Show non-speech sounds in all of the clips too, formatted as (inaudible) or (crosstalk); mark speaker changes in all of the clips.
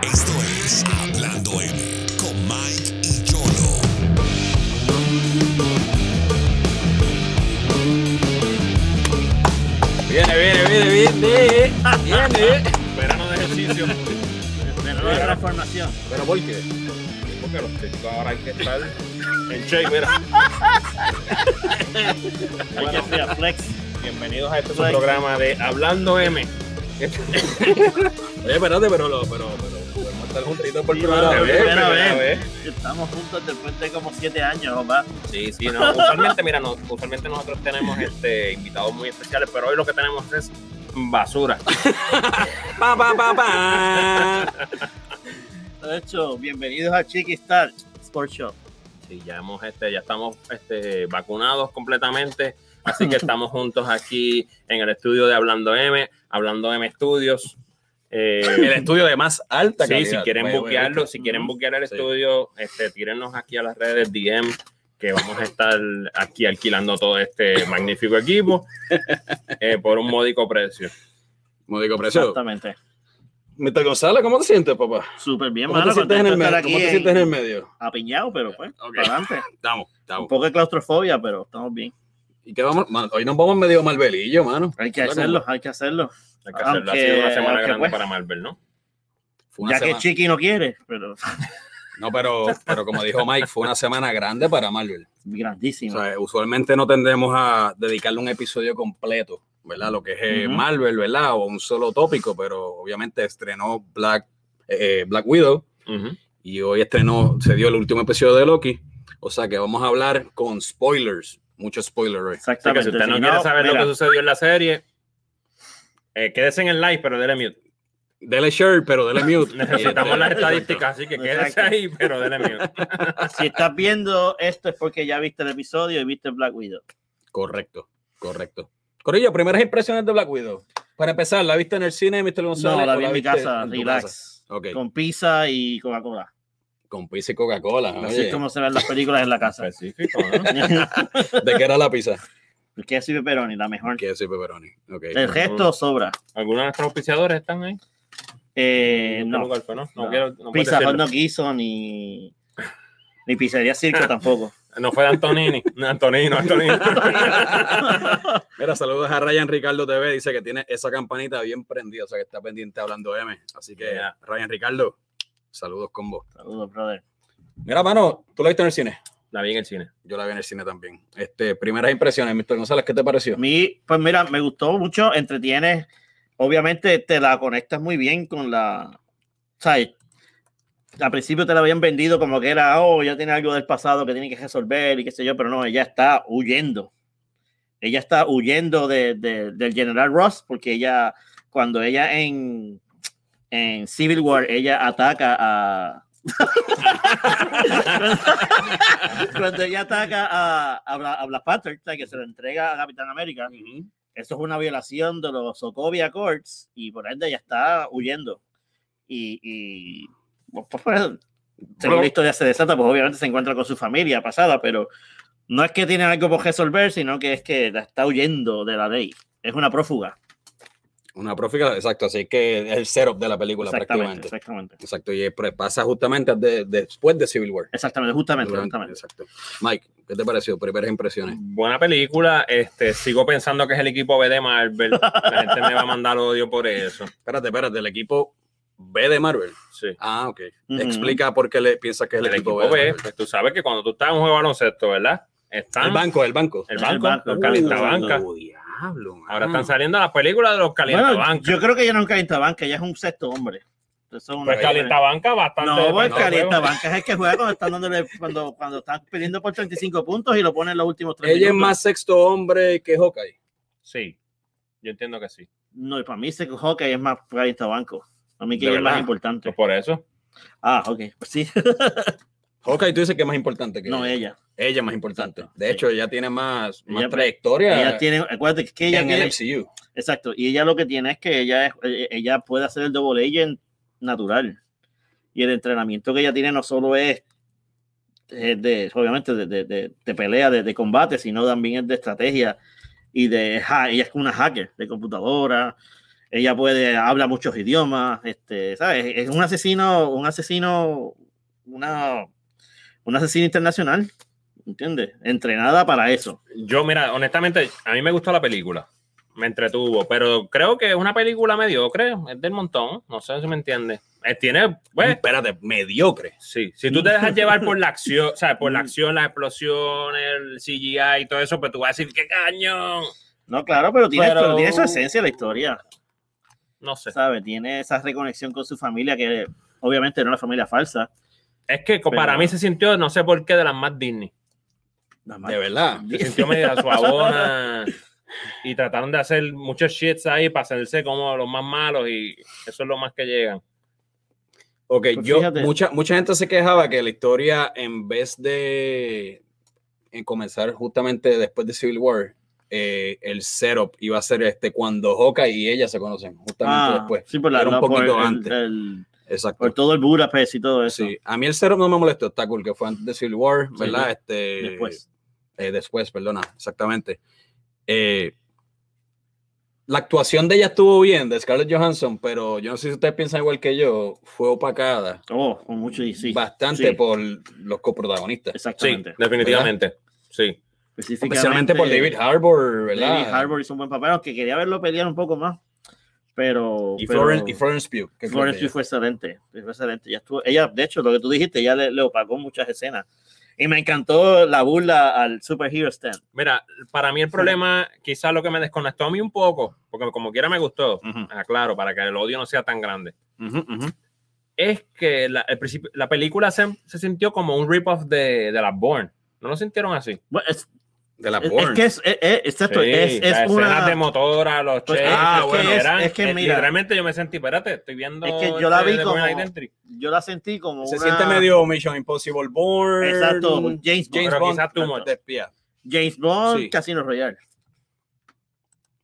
Speaker 1: Esto es Hablando M con Mike y Yolo.
Speaker 2: Viene, viene, viene, viene.
Speaker 3: eh.
Speaker 2: Viene.
Speaker 3: Verano de ejercicio.
Speaker 4: La nueva transformación.
Speaker 3: Pero ¿por qué? Porque los chicos ahora hay que estar en shape, mira.
Speaker 4: Hay
Speaker 3: Bueno,
Speaker 4: que hacer flex.
Speaker 3: bienvenidos a este su
Speaker 4: Like.
Speaker 3: programa de Hablando (laughs) M.
Speaker 2: Oye, espérate, pero lo, pero, pero, podemos estar juntitos por
Speaker 4: Sí,
Speaker 2: primera
Speaker 4: mano,
Speaker 2: vez.
Speaker 4: primera
Speaker 3: primera
Speaker 4: vez. Estamos juntos después de como siete años, papá.
Speaker 3: Sí, sí, no. Usualmente, mira, no, usualmente nosotros tenemos este invitados muy especiales, pero hoy lo que tenemos es (laughs) basura.
Speaker 2: Pa, pa, pa, pa.
Speaker 4: De hecho, bienvenidos a Chiqui Star Sports Show.
Speaker 3: Sí, ya hemos, este, ya estamos este, vacunados completamente. Así que estamos juntos aquí en el estudio de Hablando M, Hablando M Studios.
Speaker 2: El
Speaker 3: Eh,
Speaker 2: estudio de más alta
Speaker 3: Sí,
Speaker 2: calidad.
Speaker 3: si quieren
Speaker 2: Bueno,
Speaker 3: buquearlo, si quieren buquear el
Speaker 2: Sí.
Speaker 3: estudio, este, tírennos aquí a las redes DM que vamos a estar aquí alquilando todo este magnífico equipo eh, por un módico precio.
Speaker 2: Módico precio.
Speaker 4: Exactamente.
Speaker 2: Mr. González, ¿cómo te sientes, papá?
Speaker 4: Súper bien,
Speaker 2: ¿Cómo te
Speaker 4: mano.
Speaker 2: sientes en
Speaker 4: contento
Speaker 2: el
Speaker 4: de estar
Speaker 2: medio?
Speaker 4: aquí
Speaker 2: ¿Cómo te
Speaker 4: en-
Speaker 2: sientes en el medio?
Speaker 4: apiñado, pero pues,
Speaker 2: Ok.
Speaker 4: para adelante.
Speaker 2: Estamos,
Speaker 4: Un
Speaker 2: estamos.
Speaker 4: poco de claustrofobia, pero estamos bien.
Speaker 2: ¿Y qué vamos? Mano, hoy nos vamos medio malvelillo, mano.
Speaker 4: Hay que
Speaker 2: Claro.
Speaker 4: hacerlo, hay que hacerlo.
Speaker 3: Hay que hacerlo. Ha sido
Speaker 4: Aunque-
Speaker 3: una semana
Speaker 4: aunque,
Speaker 3: grande
Speaker 4: pues,
Speaker 3: para Marvel, ¿no?
Speaker 2: Fue una
Speaker 4: ya que
Speaker 2: semana.
Speaker 4: Chiqui no quiere, pero (laughs)
Speaker 2: No, pero, pero como dijo Mike, fue una semana grande para Marvel. O
Speaker 4: grandísimo.
Speaker 2: sea, usualmente no tendemos a dedicarle un episodio completo, ¿verdad? Lo que es eh,
Speaker 4: Ujú.
Speaker 2: Marvel, ¿verdad? O un solo tópico, pero obviamente estrenó Black, eh, Black Widow
Speaker 3: Ujú.
Speaker 2: y hoy estrenó, se dio el último episodio de Loki. O sea que vamos a hablar con spoilers, mucho spoiler hoy.
Speaker 3: Así que
Speaker 4: Exactamente.
Speaker 3: si usted no
Speaker 4: si
Speaker 3: quiere saber lo
Speaker 4: mira,
Speaker 3: que sucedió en la serie, eh, quédese en el live, pero dele mute.
Speaker 2: Dele share, pero
Speaker 4: (laughs)
Speaker 2: dele mute.
Speaker 3: Necesitamos
Speaker 2: Este,
Speaker 3: las estadísticas, así que quédese
Speaker 4: Exacto.
Speaker 3: ahí, pero dele mute.
Speaker 4: si estás viendo esto es porque ya viste el episodio y viste Black Widow.
Speaker 2: Correcto, correcto. Corillo, primeras impresiones de Black Widow. Para empezar, ¿la viste en el cine, Mr. González?
Speaker 4: No, la
Speaker 2: o
Speaker 4: vi en mi
Speaker 2: viste
Speaker 4: casa,
Speaker 2: en tu
Speaker 4: relax.
Speaker 2: casa? Ok, con,
Speaker 4: Con pizza y Coca-Cola.
Speaker 2: pizza y Coca-Cola.
Speaker 4: Así
Speaker 2: oye.
Speaker 4: es como se ven las películas en la
Speaker 2: (laughs)
Speaker 4: casa. (laughs)
Speaker 3: Específico, ¿no?
Speaker 2: ¿De qué era la pizza?
Speaker 4: Queso y pepperoni, la mejor.
Speaker 2: Queso y pepperoni. ok.
Speaker 4: El resto sobra.
Speaker 3: ¿Algunos de nuestros auspiciadores están ahí?
Speaker 4: Eh, no.
Speaker 3: Lugar fue, no, no,
Speaker 4: No.
Speaker 3: quiero- no puedo
Speaker 4: Pizza Hut
Speaker 3: decirlo.
Speaker 4: no quiso ni, ni pizzería circo
Speaker 2: (laughs)
Speaker 4: tampoco.
Speaker 3: No fue de Antonini.
Speaker 4: (laughs)
Speaker 3: No, Antonino, Antonino.
Speaker 2: Mira, saludos a Ryan Ricardo TV. Dice que tiene esa campanita bien prendida, o sea que está pendiente hablando M. Así que,
Speaker 3: Ya.
Speaker 2: Ryan Ricardo, saludos con vos.
Speaker 4: Saludos, brother.
Speaker 2: Mira, mano, tú la viste en el cine.
Speaker 3: La vi en el cine.
Speaker 2: Yo la vi en el cine también. Este, primeras impresiones, Mr. González, ¿qué te pareció?
Speaker 4: Mi, pues mira, me gustó mucho, entretienes. Obviamente te la conectas muy bien con la. ¿Sabes? Al principio te la habían vendido como que era, oh, ya tiene algo del pasado que tiene que resolver y qué sé yo, pero no, ella está huyendo. Ella está huyendo de- de- del General Ross porque ella, cuando ella en, en Civil War, ella ataca a. (laughs) cuando ella ataca a, a, Bla- a Black Panther, ¿sabes? que se lo entrega a Capitán América, eso es una violación de los Sokovia Accords y por ende ya está huyendo. Y, y pues, por eso, según la historia se desata, pues obviamente se encuentra con su familia pasada, pero no es que tiene algo por resolver, sino que es que la está huyendo de la ley. Es una prófuga.
Speaker 2: Una prófica, exacto, así que es el setup de la película
Speaker 4: Exactamente,
Speaker 2: prácticamente.
Speaker 4: exactamente.
Speaker 2: Exacto, y pre- pasa justamente de- después de Civil War.
Speaker 4: Exactamente, justamente,
Speaker 2: Durante-
Speaker 4: justamente.
Speaker 2: Exacto. Mike, ¿qué te pareció? Primeras impresiones.
Speaker 3: Buena película. Este, sigo pensando que es el equipo B de Marvel. La gente me va a mandar odio por eso.
Speaker 2: Espérate, espérate, el equipo B de Marvel.
Speaker 3: Sí.
Speaker 2: Ah, ok.
Speaker 4: Ujú.
Speaker 2: Explica por qué le piensas que es
Speaker 3: El,
Speaker 2: el,
Speaker 3: equipo,
Speaker 2: de
Speaker 3: B,
Speaker 2: Marvel.
Speaker 3: pues tú sabes que cuando tú estás en un juego de baloncesto, ¿verdad? Están
Speaker 2: El banco, el banco.
Speaker 3: el
Speaker 4: El
Speaker 3: banco,
Speaker 4: banco. Mm.
Speaker 3: los calientabancas.
Speaker 2: Uh, diablo, mano.
Speaker 3: Ahora están saliendo las películas de los
Speaker 4: Bueno,
Speaker 3: calientabancas.
Speaker 4: yo creo que ella no es calientabanca, ella es un sexto hombre. Eso es una-
Speaker 3: pues calientabanca bastante.
Speaker 4: No, pues
Speaker 3: bastante
Speaker 4: Calienta
Speaker 3: juego.
Speaker 4: Bancas es el que juega cuando están dándole, cuando, cuando están pidiendo por 35 puntos y lo ponen los últimos tres
Speaker 2: Ella es
Speaker 4: minutos.
Speaker 2: más sexto hombre que Hawkeye.
Speaker 3: Sí. Yo entiendo que sí.
Speaker 4: No, y para mí ese hockey es más Calienta Banco. A mí que
Speaker 3: ¿De
Speaker 4: ella es más
Speaker 3: verdad? Pues
Speaker 4: importante.
Speaker 3: por eso.
Speaker 4: Ah, ok. Pues sí, (laughs)
Speaker 2: Hawkeye tú dices que es más importante que
Speaker 4: no
Speaker 2: ella.
Speaker 4: ella.
Speaker 2: Ella es más importante.
Speaker 4: Exacto,
Speaker 2: De
Speaker 4: sí.
Speaker 2: hecho, ella tiene más, más
Speaker 4: Ella-
Speaker 2: trayectoria
Speaker 4: Ella tiene, acuérdate que ella
Speaker 2: en
Speaker 4: tiene-
Speaker 2: el MCU.
Speaker 4: Exacto. Y ella lo que tiene es que ella, es- eh, ella puede hacer el double agent natural. Y el entrenamiento que ella tiene no solo es eh, de, obviamente, de, de- de- de pelea, de, de combate, sino también es de estrategia y de ha- ella es como una hacker de computadora. Ella puede, habla muchos idiomas, este, ¿sabes? Es un asesino, un asesino, una, un asesino internacional, ¿entiendes? Entrenada para eso.
Speaker 3: Yo, mira, honestamente, a mí me gustó la película. Me entretuvo, pero creo que es una película mediocre, es del montón. No sé si me entiendes. Eh, Tiene, pues,
Speaker 2: Espérate, mediocre.
Speaker 3: Sí, si tú te dejas llevar por la acción, o sea, por la acción, las explosiones, el CGI y todo eso, pues tú vas a decir, ¡qué cañón!
Speaker 4: No, claro, pero tiene,
Speaker 3: Pero-
Speaker 4: pero tiene su esencia la historia,
Speaker 3: No sé.
Speaker 4: ¿sabes? Tiene esa reconexión con su familia que obviamente no es una familia falsa.
Speaker 3: Es que co- para
Speaker 4: Pero-
Speaker 3: mí se sintió, no sé por qué, de las más Disney.
Speaker 4: Nada más.
Speaker 2: De verdad.
Speaker 3: Se sintió medio suavona y trataron de hacer muchos shits ahí para hacerse como los más malos y eso es lo más que llegan.
Speaker 2: Ok,
Speaker 4: Pues
Speaker 2: yo,
Speaker 4: fíjate.
Speaker 2: mucha, mucha gente se quejaba que la historia, en vez de en comenzar justamente después de Civil War, eh, el setup iba a ser este cuando Hawkeye y ella se conocen, justamente
Speaker 4: Ah,
Speaker 2: después.
Speaker 4: Sí, por, la-
Speaker 2: Era un
Speaker 4: la- por
Speaker 2: poquito
Speaker 4: el-
Speaker 2: antes.
Speaker 4: el-
Speaker 2: Exacto.
Speaker 4: por todo el Budapest y todo eso.
Speaker 2: Sí, a mí el setup no me molestó, está cool, que fue antes de Civil War,
Speaker 4: Sí,
Speaker 2: ¿verdad?
Speaker 4: de-
Speaker 2: este,
Speaker 4: Después.
Speaker 2: eh, después, perdona, exactamente. Eh, la actuación de ella estuvo bien, de Scarlett Johansson, pero yo no sé si ustedes piensan igual que yo, fue opacada
Speaker 4: Oh, con mucho y sí.
Speaker 2: bastante
Speaker 4: Sí,
Speaker 2: por los coprotagonistas.
Speaker 3: Sí,
Speaker 4: Exactamente.
Speaker 3: definitivamente. Sí.
Speaker 2: Especialmente por David Harbour, ¿verdad?
Speaker 4: David Harbour hizo un buen papel, aunque quería verlo pelear un poco más. Pero.
Speaker 2: y,
Speaker 4: pero-
Speaker 2: Florence, y Florence Pugh. que creo
Speaker 4: Florence
Speaker 2: que-
Speaker 4: Pugh fue excelente. Fue excelente. Ella, estuvo, ella, de hecho, lo que tú dijiste, ya le, le opacó muchas escenas. Y me encantó la burla al Superhero Stand.
Speaker 3: Mira, para mí el problema, quizás lo que me desconectó a mí un poco, porque como quiera me gustó, ah, claro, para que el odio no sea tan grande. es que la, el principio- la película se, se sintió como un rip-off de, de las Born. ¿No lo sintieron así?
Speaker 4: Bueno, es,
Speaker 2: De la
Speaker 4: es- es
Speaker 2: Bourne.
Speaker 4: que es, es- es- exacto,
Speaker 3: Sí,
Speaker 4: es, es
Speaker 3: las escenas
Speaker 4: una.
Speaker 3: de motora, los
Speaker 4: Pues,
Speaker 3: chefs,
Speaker 4: ah,
Speaker 3: los
Speaker 4: bueno, es-
Speaker 3: eran-
Speaker 4: es que
Speaker 3: eh,
Speaker 4: mira.
Speaker 3: literalmente yo me sentí, espérate, estoy viendo.
Speaker 4: Es que yo la
Speaker 3: este
Speaker 4: vi
Speaker 3: de
Speaker 4: como-
Speaker 3: Born Identity.
Speaker 4: Yo la sentí como
Speaker 2: Se
Speaker 4: una.
Speaker 2: siente medio Mission Impossible Bourne.
Speaker 4: Exacto,
Speaker 3: mm,
Speaker 4: James Bond.
Speaker 2: James
Speaker 3: Pero
Speaker 2: Bond
Speaker 3: quizás too much.
Speaker 2: de espía.
Speaker 4: James Bond,
Speaker 2: Sí.
Speaker 4: Casino Royale.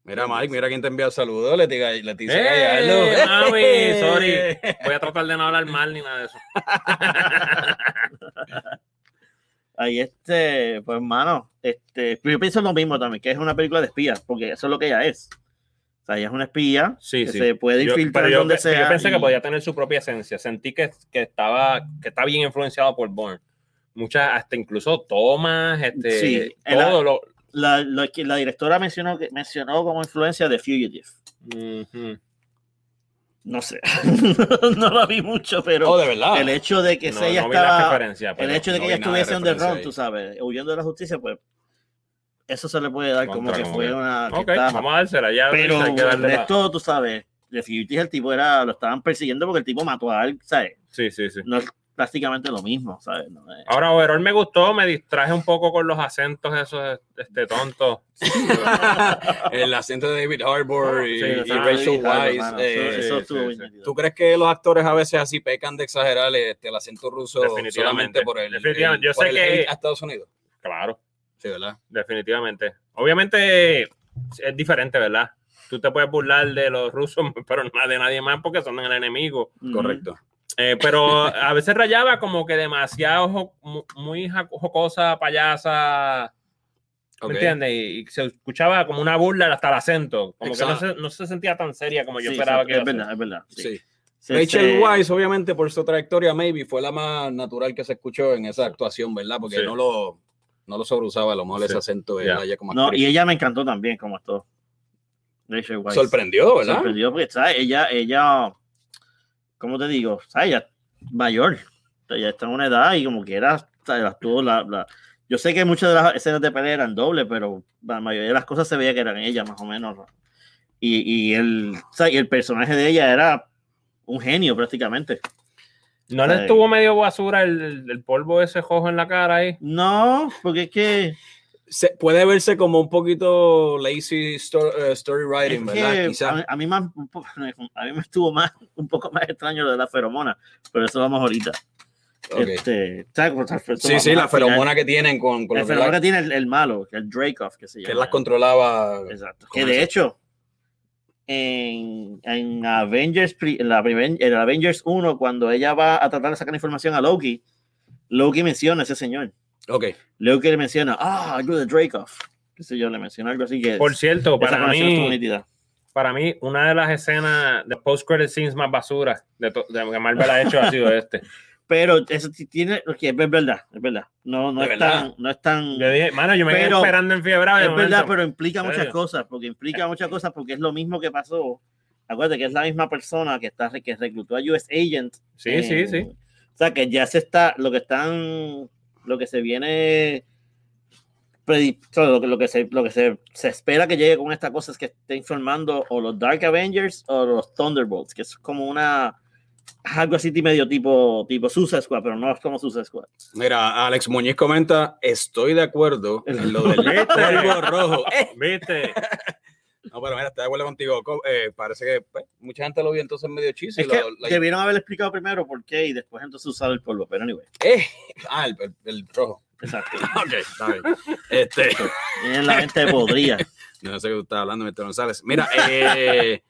Speaker 2: Mira, Mike, mira quién te envía saludos. Leticia Leticia
Speaker 3: ¡Eh,
Speaker 2: Gallardo.
Speaker 3: mami!
Speaker 2: (laughs)
Speaker 3: Sorry. Voy a tratar de no hablar mal ni nada de eso.
Speaker 4: Ahí este, pues hermano, este, pero yo pienso lo mismo también, que es una película de espías, porque eso es lo que ella es. O sea, ella es una espía
Speaker 3: Sí,
Speaker 4: que
Speaker 3: sí.
Speaker 4: se puede
Speaker 3: Yo-
Speaker 4: infiltrar
Speaker 3: pero yo,
Speaker 4: donde
Speaker 3: pe-
Speaker 4: sea.
Speaker 3: yo pensé
Speaker 4: y-
Speaker 3: que podía tener su propia esencia. Sentí que, que estaba que está bien influenciado por Born. Muchas, hasta incluso tomas, este,
Speaker 4: Sí, en la-
Speaker 3: todo lo.
Speaker 4: La, lo que la directora mencionó, que- mencionó como influencia de Fugitive.
Speaker 3: Ujú.
Speaker 4: No sé, (laughs) no la vi mucho, pero
Speaker 2: Oh, de verdad.
Speaker 4: el hecho de que
Speaker 3: No,
Speaker 4: se- ella
Speaker 3: no vi la
Speaker 4: estaba,
Speaker 3: referencia,
Speaker 4: el
Speaker 3: pero
Speaker 4: hecho de que
Speaker 2: no
Speaker 4: ella
Speaker 2: vi nada de
Speaker 4: estuviese en The
Speaker 2: referencia
Speaker 4: Run,
Speaker 2: ahí.
Speaker 4: tú sabes, huyendo de la justicia, pues eso se le puede dar como
Speaker 3: Contra,
Speaker 4: que
Speaker 3: como
Speaker 4: fue
Speaker 3: que-
Speaker 4: una...
Speaker 3: Ok,
Speaker 4: ventaja.
Speaker 3: vamos a dársela. Ya
Speaker 4: Pero
Speaker 3: hay que darle
Speaker 4: el
Speaker 3: la-
Speaker 4: resto, tú sabes, de Fugitive el tipo era, lo estaban persiguiendo porque el tipo mató a alguien, ¿sabes?
Speaker 3: Sí, sí, sí.
Speaker 4: No es prácticamente lo mismo, ¿sabes? No es-
Speaker 3: Ahora, overall me gustó, me distraje un poco con los acentos esos este
Speaker 4: (laughs)
Speaker 3: tonto.
Speaker 2: (laughs) el acento de David Harbour y,
Speaker 3: Ah, Sí,
Speaker 2: y
Speaker 3: exacto.
Speaker 2: Rachel
Speaker 4: Sí, claro,
Speaker 2: Weisz.
Speaker 4: hermano,
Speaker 2: eh,
Speaker 4: eso, eso
Speaker 3: sí,
Speaker 4: estuvo
Speaker 3: sí,
Speaker 4: bien
Speaker 3: sí.
Speaker 4: nítido.
Speaker 2: ¿Tú crees que los actores a veces así pecan de exagerar este, el acento ruso
Speaker 3: Definitivamente.
Speaker 2: solamente por el,
Speaker 3: Definitivamente.
Speaker 2: el-
Speaker 3: Yo
Speaker 2: por
Speaker 3: sé
Speaker 2: el
Speaker 3: que-
Speaker 2: hate a Estados Unidos?
Speaker 3: Claro,
Speaker 2: Sí, ¿verdad?
Speaker 3: definitivamente. Obviamente es diferente, ¿verdad? Tú te puedes burlar de los rusos, (laughs) pero no de nadie más porque son el enemigo.
Speaker 4: Ujú.
Speaker 2: Correcto.
Speaker 3: Eh, pero a veces rayaba como que demasiado jo- mu- muy ja- jocosa, payasa. ¿Me
Speaker 2: Ok.
Speaker 3: entiendes? Y, y se escuchaba como una burla hasta el acento. Como que no
Speaker 2: Exacto.
Speaker 3: se, no se sentía tan seria como yo
Speaker 4: Sí,
Speaker 3: esperaba
Speaker 4: sí,
Speaker 3: que
Speaker 4: es
Speaker 3: iba a ser.
Speaker 4: verdad, es verdad. sí.
Speaker 2: Sí.
Speaker 4: Se-
Speaker 2: Rachel
Speaker 4: se-
Speaker 2: Weisz, obviamente, por su trayectoria, maybe fue la más natural que se escuchó en esa actuación, ¿verdad? Porque
Speaker 3: Sí.
Speaker 2: no lo no lo sobreusaba, a lo mejor
Speaker 3: Sí.
Speaker 2: ese acento de
Speaker 3: Ya.
Speaker 2: ella como
Speaker 4: No,
Speaker 2: actriz.
Speaker 4: y ella me encantó también como actor. Rachel Weisz.
Speaker 2: Sorprendió, ¿verdad?
Speaker 4: Sorprendió porque, ¿sabes? Ella, ella, ¿cómo te digo? ¿Sabes? Ella es mayor. Ella está en una edad y como quiera, ¿sabes? Las tuvo la, la- Yo sé que muchas de las escenas de pelea eran doble, pero la mayoría de las cosas se veía que eran ella, más o menos. Y, y, el, ¿sabes? y el personaje de ella era un genio prácticamente.
Speaker 3: ¿No le
Speaker 4: Ay.
Speaker 3: estuvo medio basura el, el polvo ese rojo en la cara ahí?
Speaker 4: No, porque es que...
Speaker 2: Se- puede verse como un poquito lazy sto- eh, story writing,
Speaker 4: Es
Speaker 2: ¿verdad?
Speaker 4: que
Speaker 2: Quizás.
Speaker 4: a, a mí más, un po- (laughs) a mí me estuvo más, un poco más extraño lo de la feromona, pero eso vamos ahorita.
Speaker 2: Ok.
Speaker 4: Este, ¿sabes? Como tal, eso
Speaker 2: Sí,
Speaker 4: vamos
Speaker 2: sí, la
Speaker 4: al final.
Speaker 2: feromona que tienen con, con
Speaker 4: El
Speaker 2: lo que,
Speaker 4: feromona
Speaker 2: la-
Speaker 4: que tiene el, el malo, el Dracoff, que se
Speaker 2: que
Speaker 4: llama.
Speaker 2: las controlaba.
Speaker 4: Exacto.
Speaker 2: con
Speaker 4: Que de
Speaker 2: eso.
Speaker 4: hecho, en, en Avengers, pri- en, la primer- en Avengers 1, cuando ella va a tratar de sacar información a Loki, Loki menciona a ese señor.
Speaker 2: Ok.
Speaker 4: Loki le menciona, ah, algo de Dracoff. Qué sé yo, le menciona algo así que.
Speaker 3: Por cierto,
Speaker 4: esa
Speaker 3: para
Speaker 4: conexión estuvo
Speaker 3: mí,
Speaker 4: nítida.
Speaker 3: para mí, una de las escenas de post-credit scenes más basura de, to- de que Marvel ha hecho ha sido
Speaker 4: (laughs)
Speaker 3: este.
Speaker 4: Pero eso t- tiene, ok, es verdad, es verdad. No, no
Speaker 2: ¿De
Speaker 4: es
Speaker 2: verdad?
Speaker 4: tan, no es tan.
Speaker 3: Yo dije, mano, yo me quedé
Speaker 4: Pero-
Speaker 3: esperando en fiebre.
Speaker 4: es verdad, pero implica
Speaker 3: ¿En
Speaker 4: muchas
Speaker 3: serio?
Speaker 4: cosas, porque implica muchas cosas, porque es lo mismo que pasó. Acuérdate que es la misma persona que está que reclutó a US Agent.
Speaker 3: Sí,
Speaker 4: eh,
Speaker 3: sí,
Speaker 4: (laughs)
Speaker 3: sí.
Speaker 4: O sea que ya se está, lo que están, lo que se viene, predi- o sea, lo que, lo que, se, lo que se, se espera que llegue con esta cosa es que estén formando o los Dark Avengers o los Thunderbolts, que es como una algo así ti- medio tipo tipo Suicide Squad, pero no es como Suicide Squad.
Speaker 2: Mira, Alex Muñiz comenta, estoy de acuerdo en lo (laughs) del
Speaker 3: ¿Viste?
Speaker 2: polvo rojo. Eh,
Speaker 3: ¿Viste?
Speaker 2: No, pero mira, estoy de acuerdo contigo. Co- eh, parece que pues, mucha gente lo vio entonces medio chiste.
Speaker 4: es que debieron haber explicado primero por qué y después entonces usar el polvo, pero anyway.
Speaker 2: ah, el, el- el rojo.
Speaker 4: (laughs) Exacto.
Speaker 2: (laughs) Ok, está bien. Este,
Speaker 4: Tienen la mente podría.
Speaker 2: no sé qué tú estás hablando, Mr. González. Mira, eh,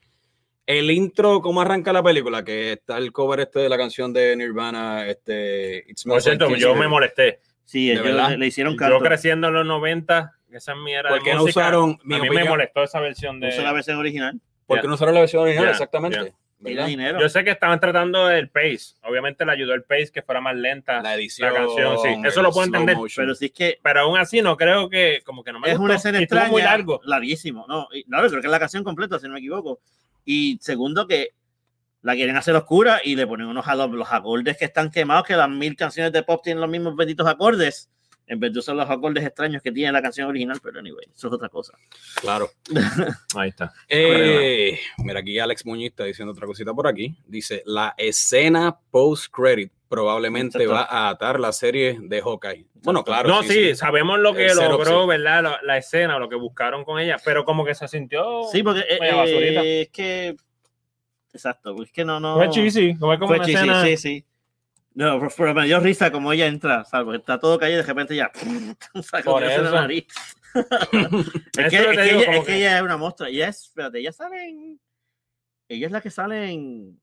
Speaker 2: el intro, cómo arranca la película, que está el cover este de la canción de Nirvana, este, It's
Speaker 3: Por cierto, yo me molesté.
Speaker 4: Sí,
Speaker 2: ¿De
Speaker 4: ellos
Speaker 2: verdad?
Speaker 4: le, le hicieron
Speaker 3: Yo
Speaker 4: canto.
Speaker 3: creciendo en los 90, esa mierda de
Speaker 2: ¿Por qué no
Speaker 3: música,
Speaker 2: usaron
Speaker 3: A
Speaker 2: mi
Speaker 3: mí me
Speaker 2: opinión?
Speaker 3: molestó esa versión de...
Speaker 4: Usa la versión original.
Speaker 2: ¿Por qué no usaron la versión original?
Speaker 3: Ya,
Speaker 2: Exactamente.
Speaker 3: ya.
Speaker 4: Tira
Speaker 2: ¿Verdad?
Speaker 4: dinero.
Speaker 3: Yo sé que estaban tratando del pace. Obviamente le ayudó el pace que fuera más lenta.
Speaker 2: La edición.
Speaker 3: canción, sí. Eso lo puedo
Speaker 2: slow
Speaker 3: entender,
Speaker 2: motion.
Speaker 4: Pero si es que
Speaker 3: Pero aún así no creo que... Como que no me
Speaker 4: es
Speaker 3: gustó.
Speaker 4: una escena
Speaker 3: Y estuvo
Speaker 4: extraña,
Speaker 3: muy largo.
Speaker 4: larguísimo. No, y- claro, creo que es la canción completa, si no me equivoco. Y segundo, que la quieren hacer oscura y le ponen unos a los, los acordes que están quemados, que las mil canciones de pop tienen los mismos benditos acordes, en vez de usar los acordes extraños que tiene la canción original, pero anyway, eso es otra cosa.
Speaker 2: Claro.
Speaker 3: Ahí está.
Speaker 2: Eh, mira, aquí Alex Muñiz está diciendo otra cosita por aquí. Dice, la escena post-credit probablemente
Speaker 4: Exacto.
Speaker 2: va a atar la serie de Hawkeye. Bueno, claro.
Speaker 3: no, sí, sabemos lo que
Speaker 2: El setup,
Speaker 3: logró,
Speaker 2: sí.
Speaker 3: ¿verdad? La, la escena, lo que buscaron con ella, pero como que se sintió.
Speaker 4: Sí, porque eh,
Speaker 3: Oh, Vaya basurita.
Speaker 4: eh, es que. Exacto, porque es que no. no
Speaker 3: fue cheesy, no fue como
Speaker 4: Fue
Speaker 3: una
Speaker 4: cheesy,
Speaker 3: escena.
Speaker 4: sí, sí. No, pero- pero me dio risa como ella entra, salvo está todo caído y de repente ya. (laughs) sacó
Speaker 3: Por
Speaker 4: la
Speaker 3: eso.
Speaker 4: nariz.
Speaker 3: Eso
Speaker 4: Es que,
Speaker 3: es lo que
Speaker 4: es que
Speaker 3: digo,
Speaker 4: ella,
Speaker 3: como
Speaker 4: es que
Speaker 3: que-
Speaker 4: ella es una muestra. Ella es, espérate, ella sale en. Ella es la que sale en.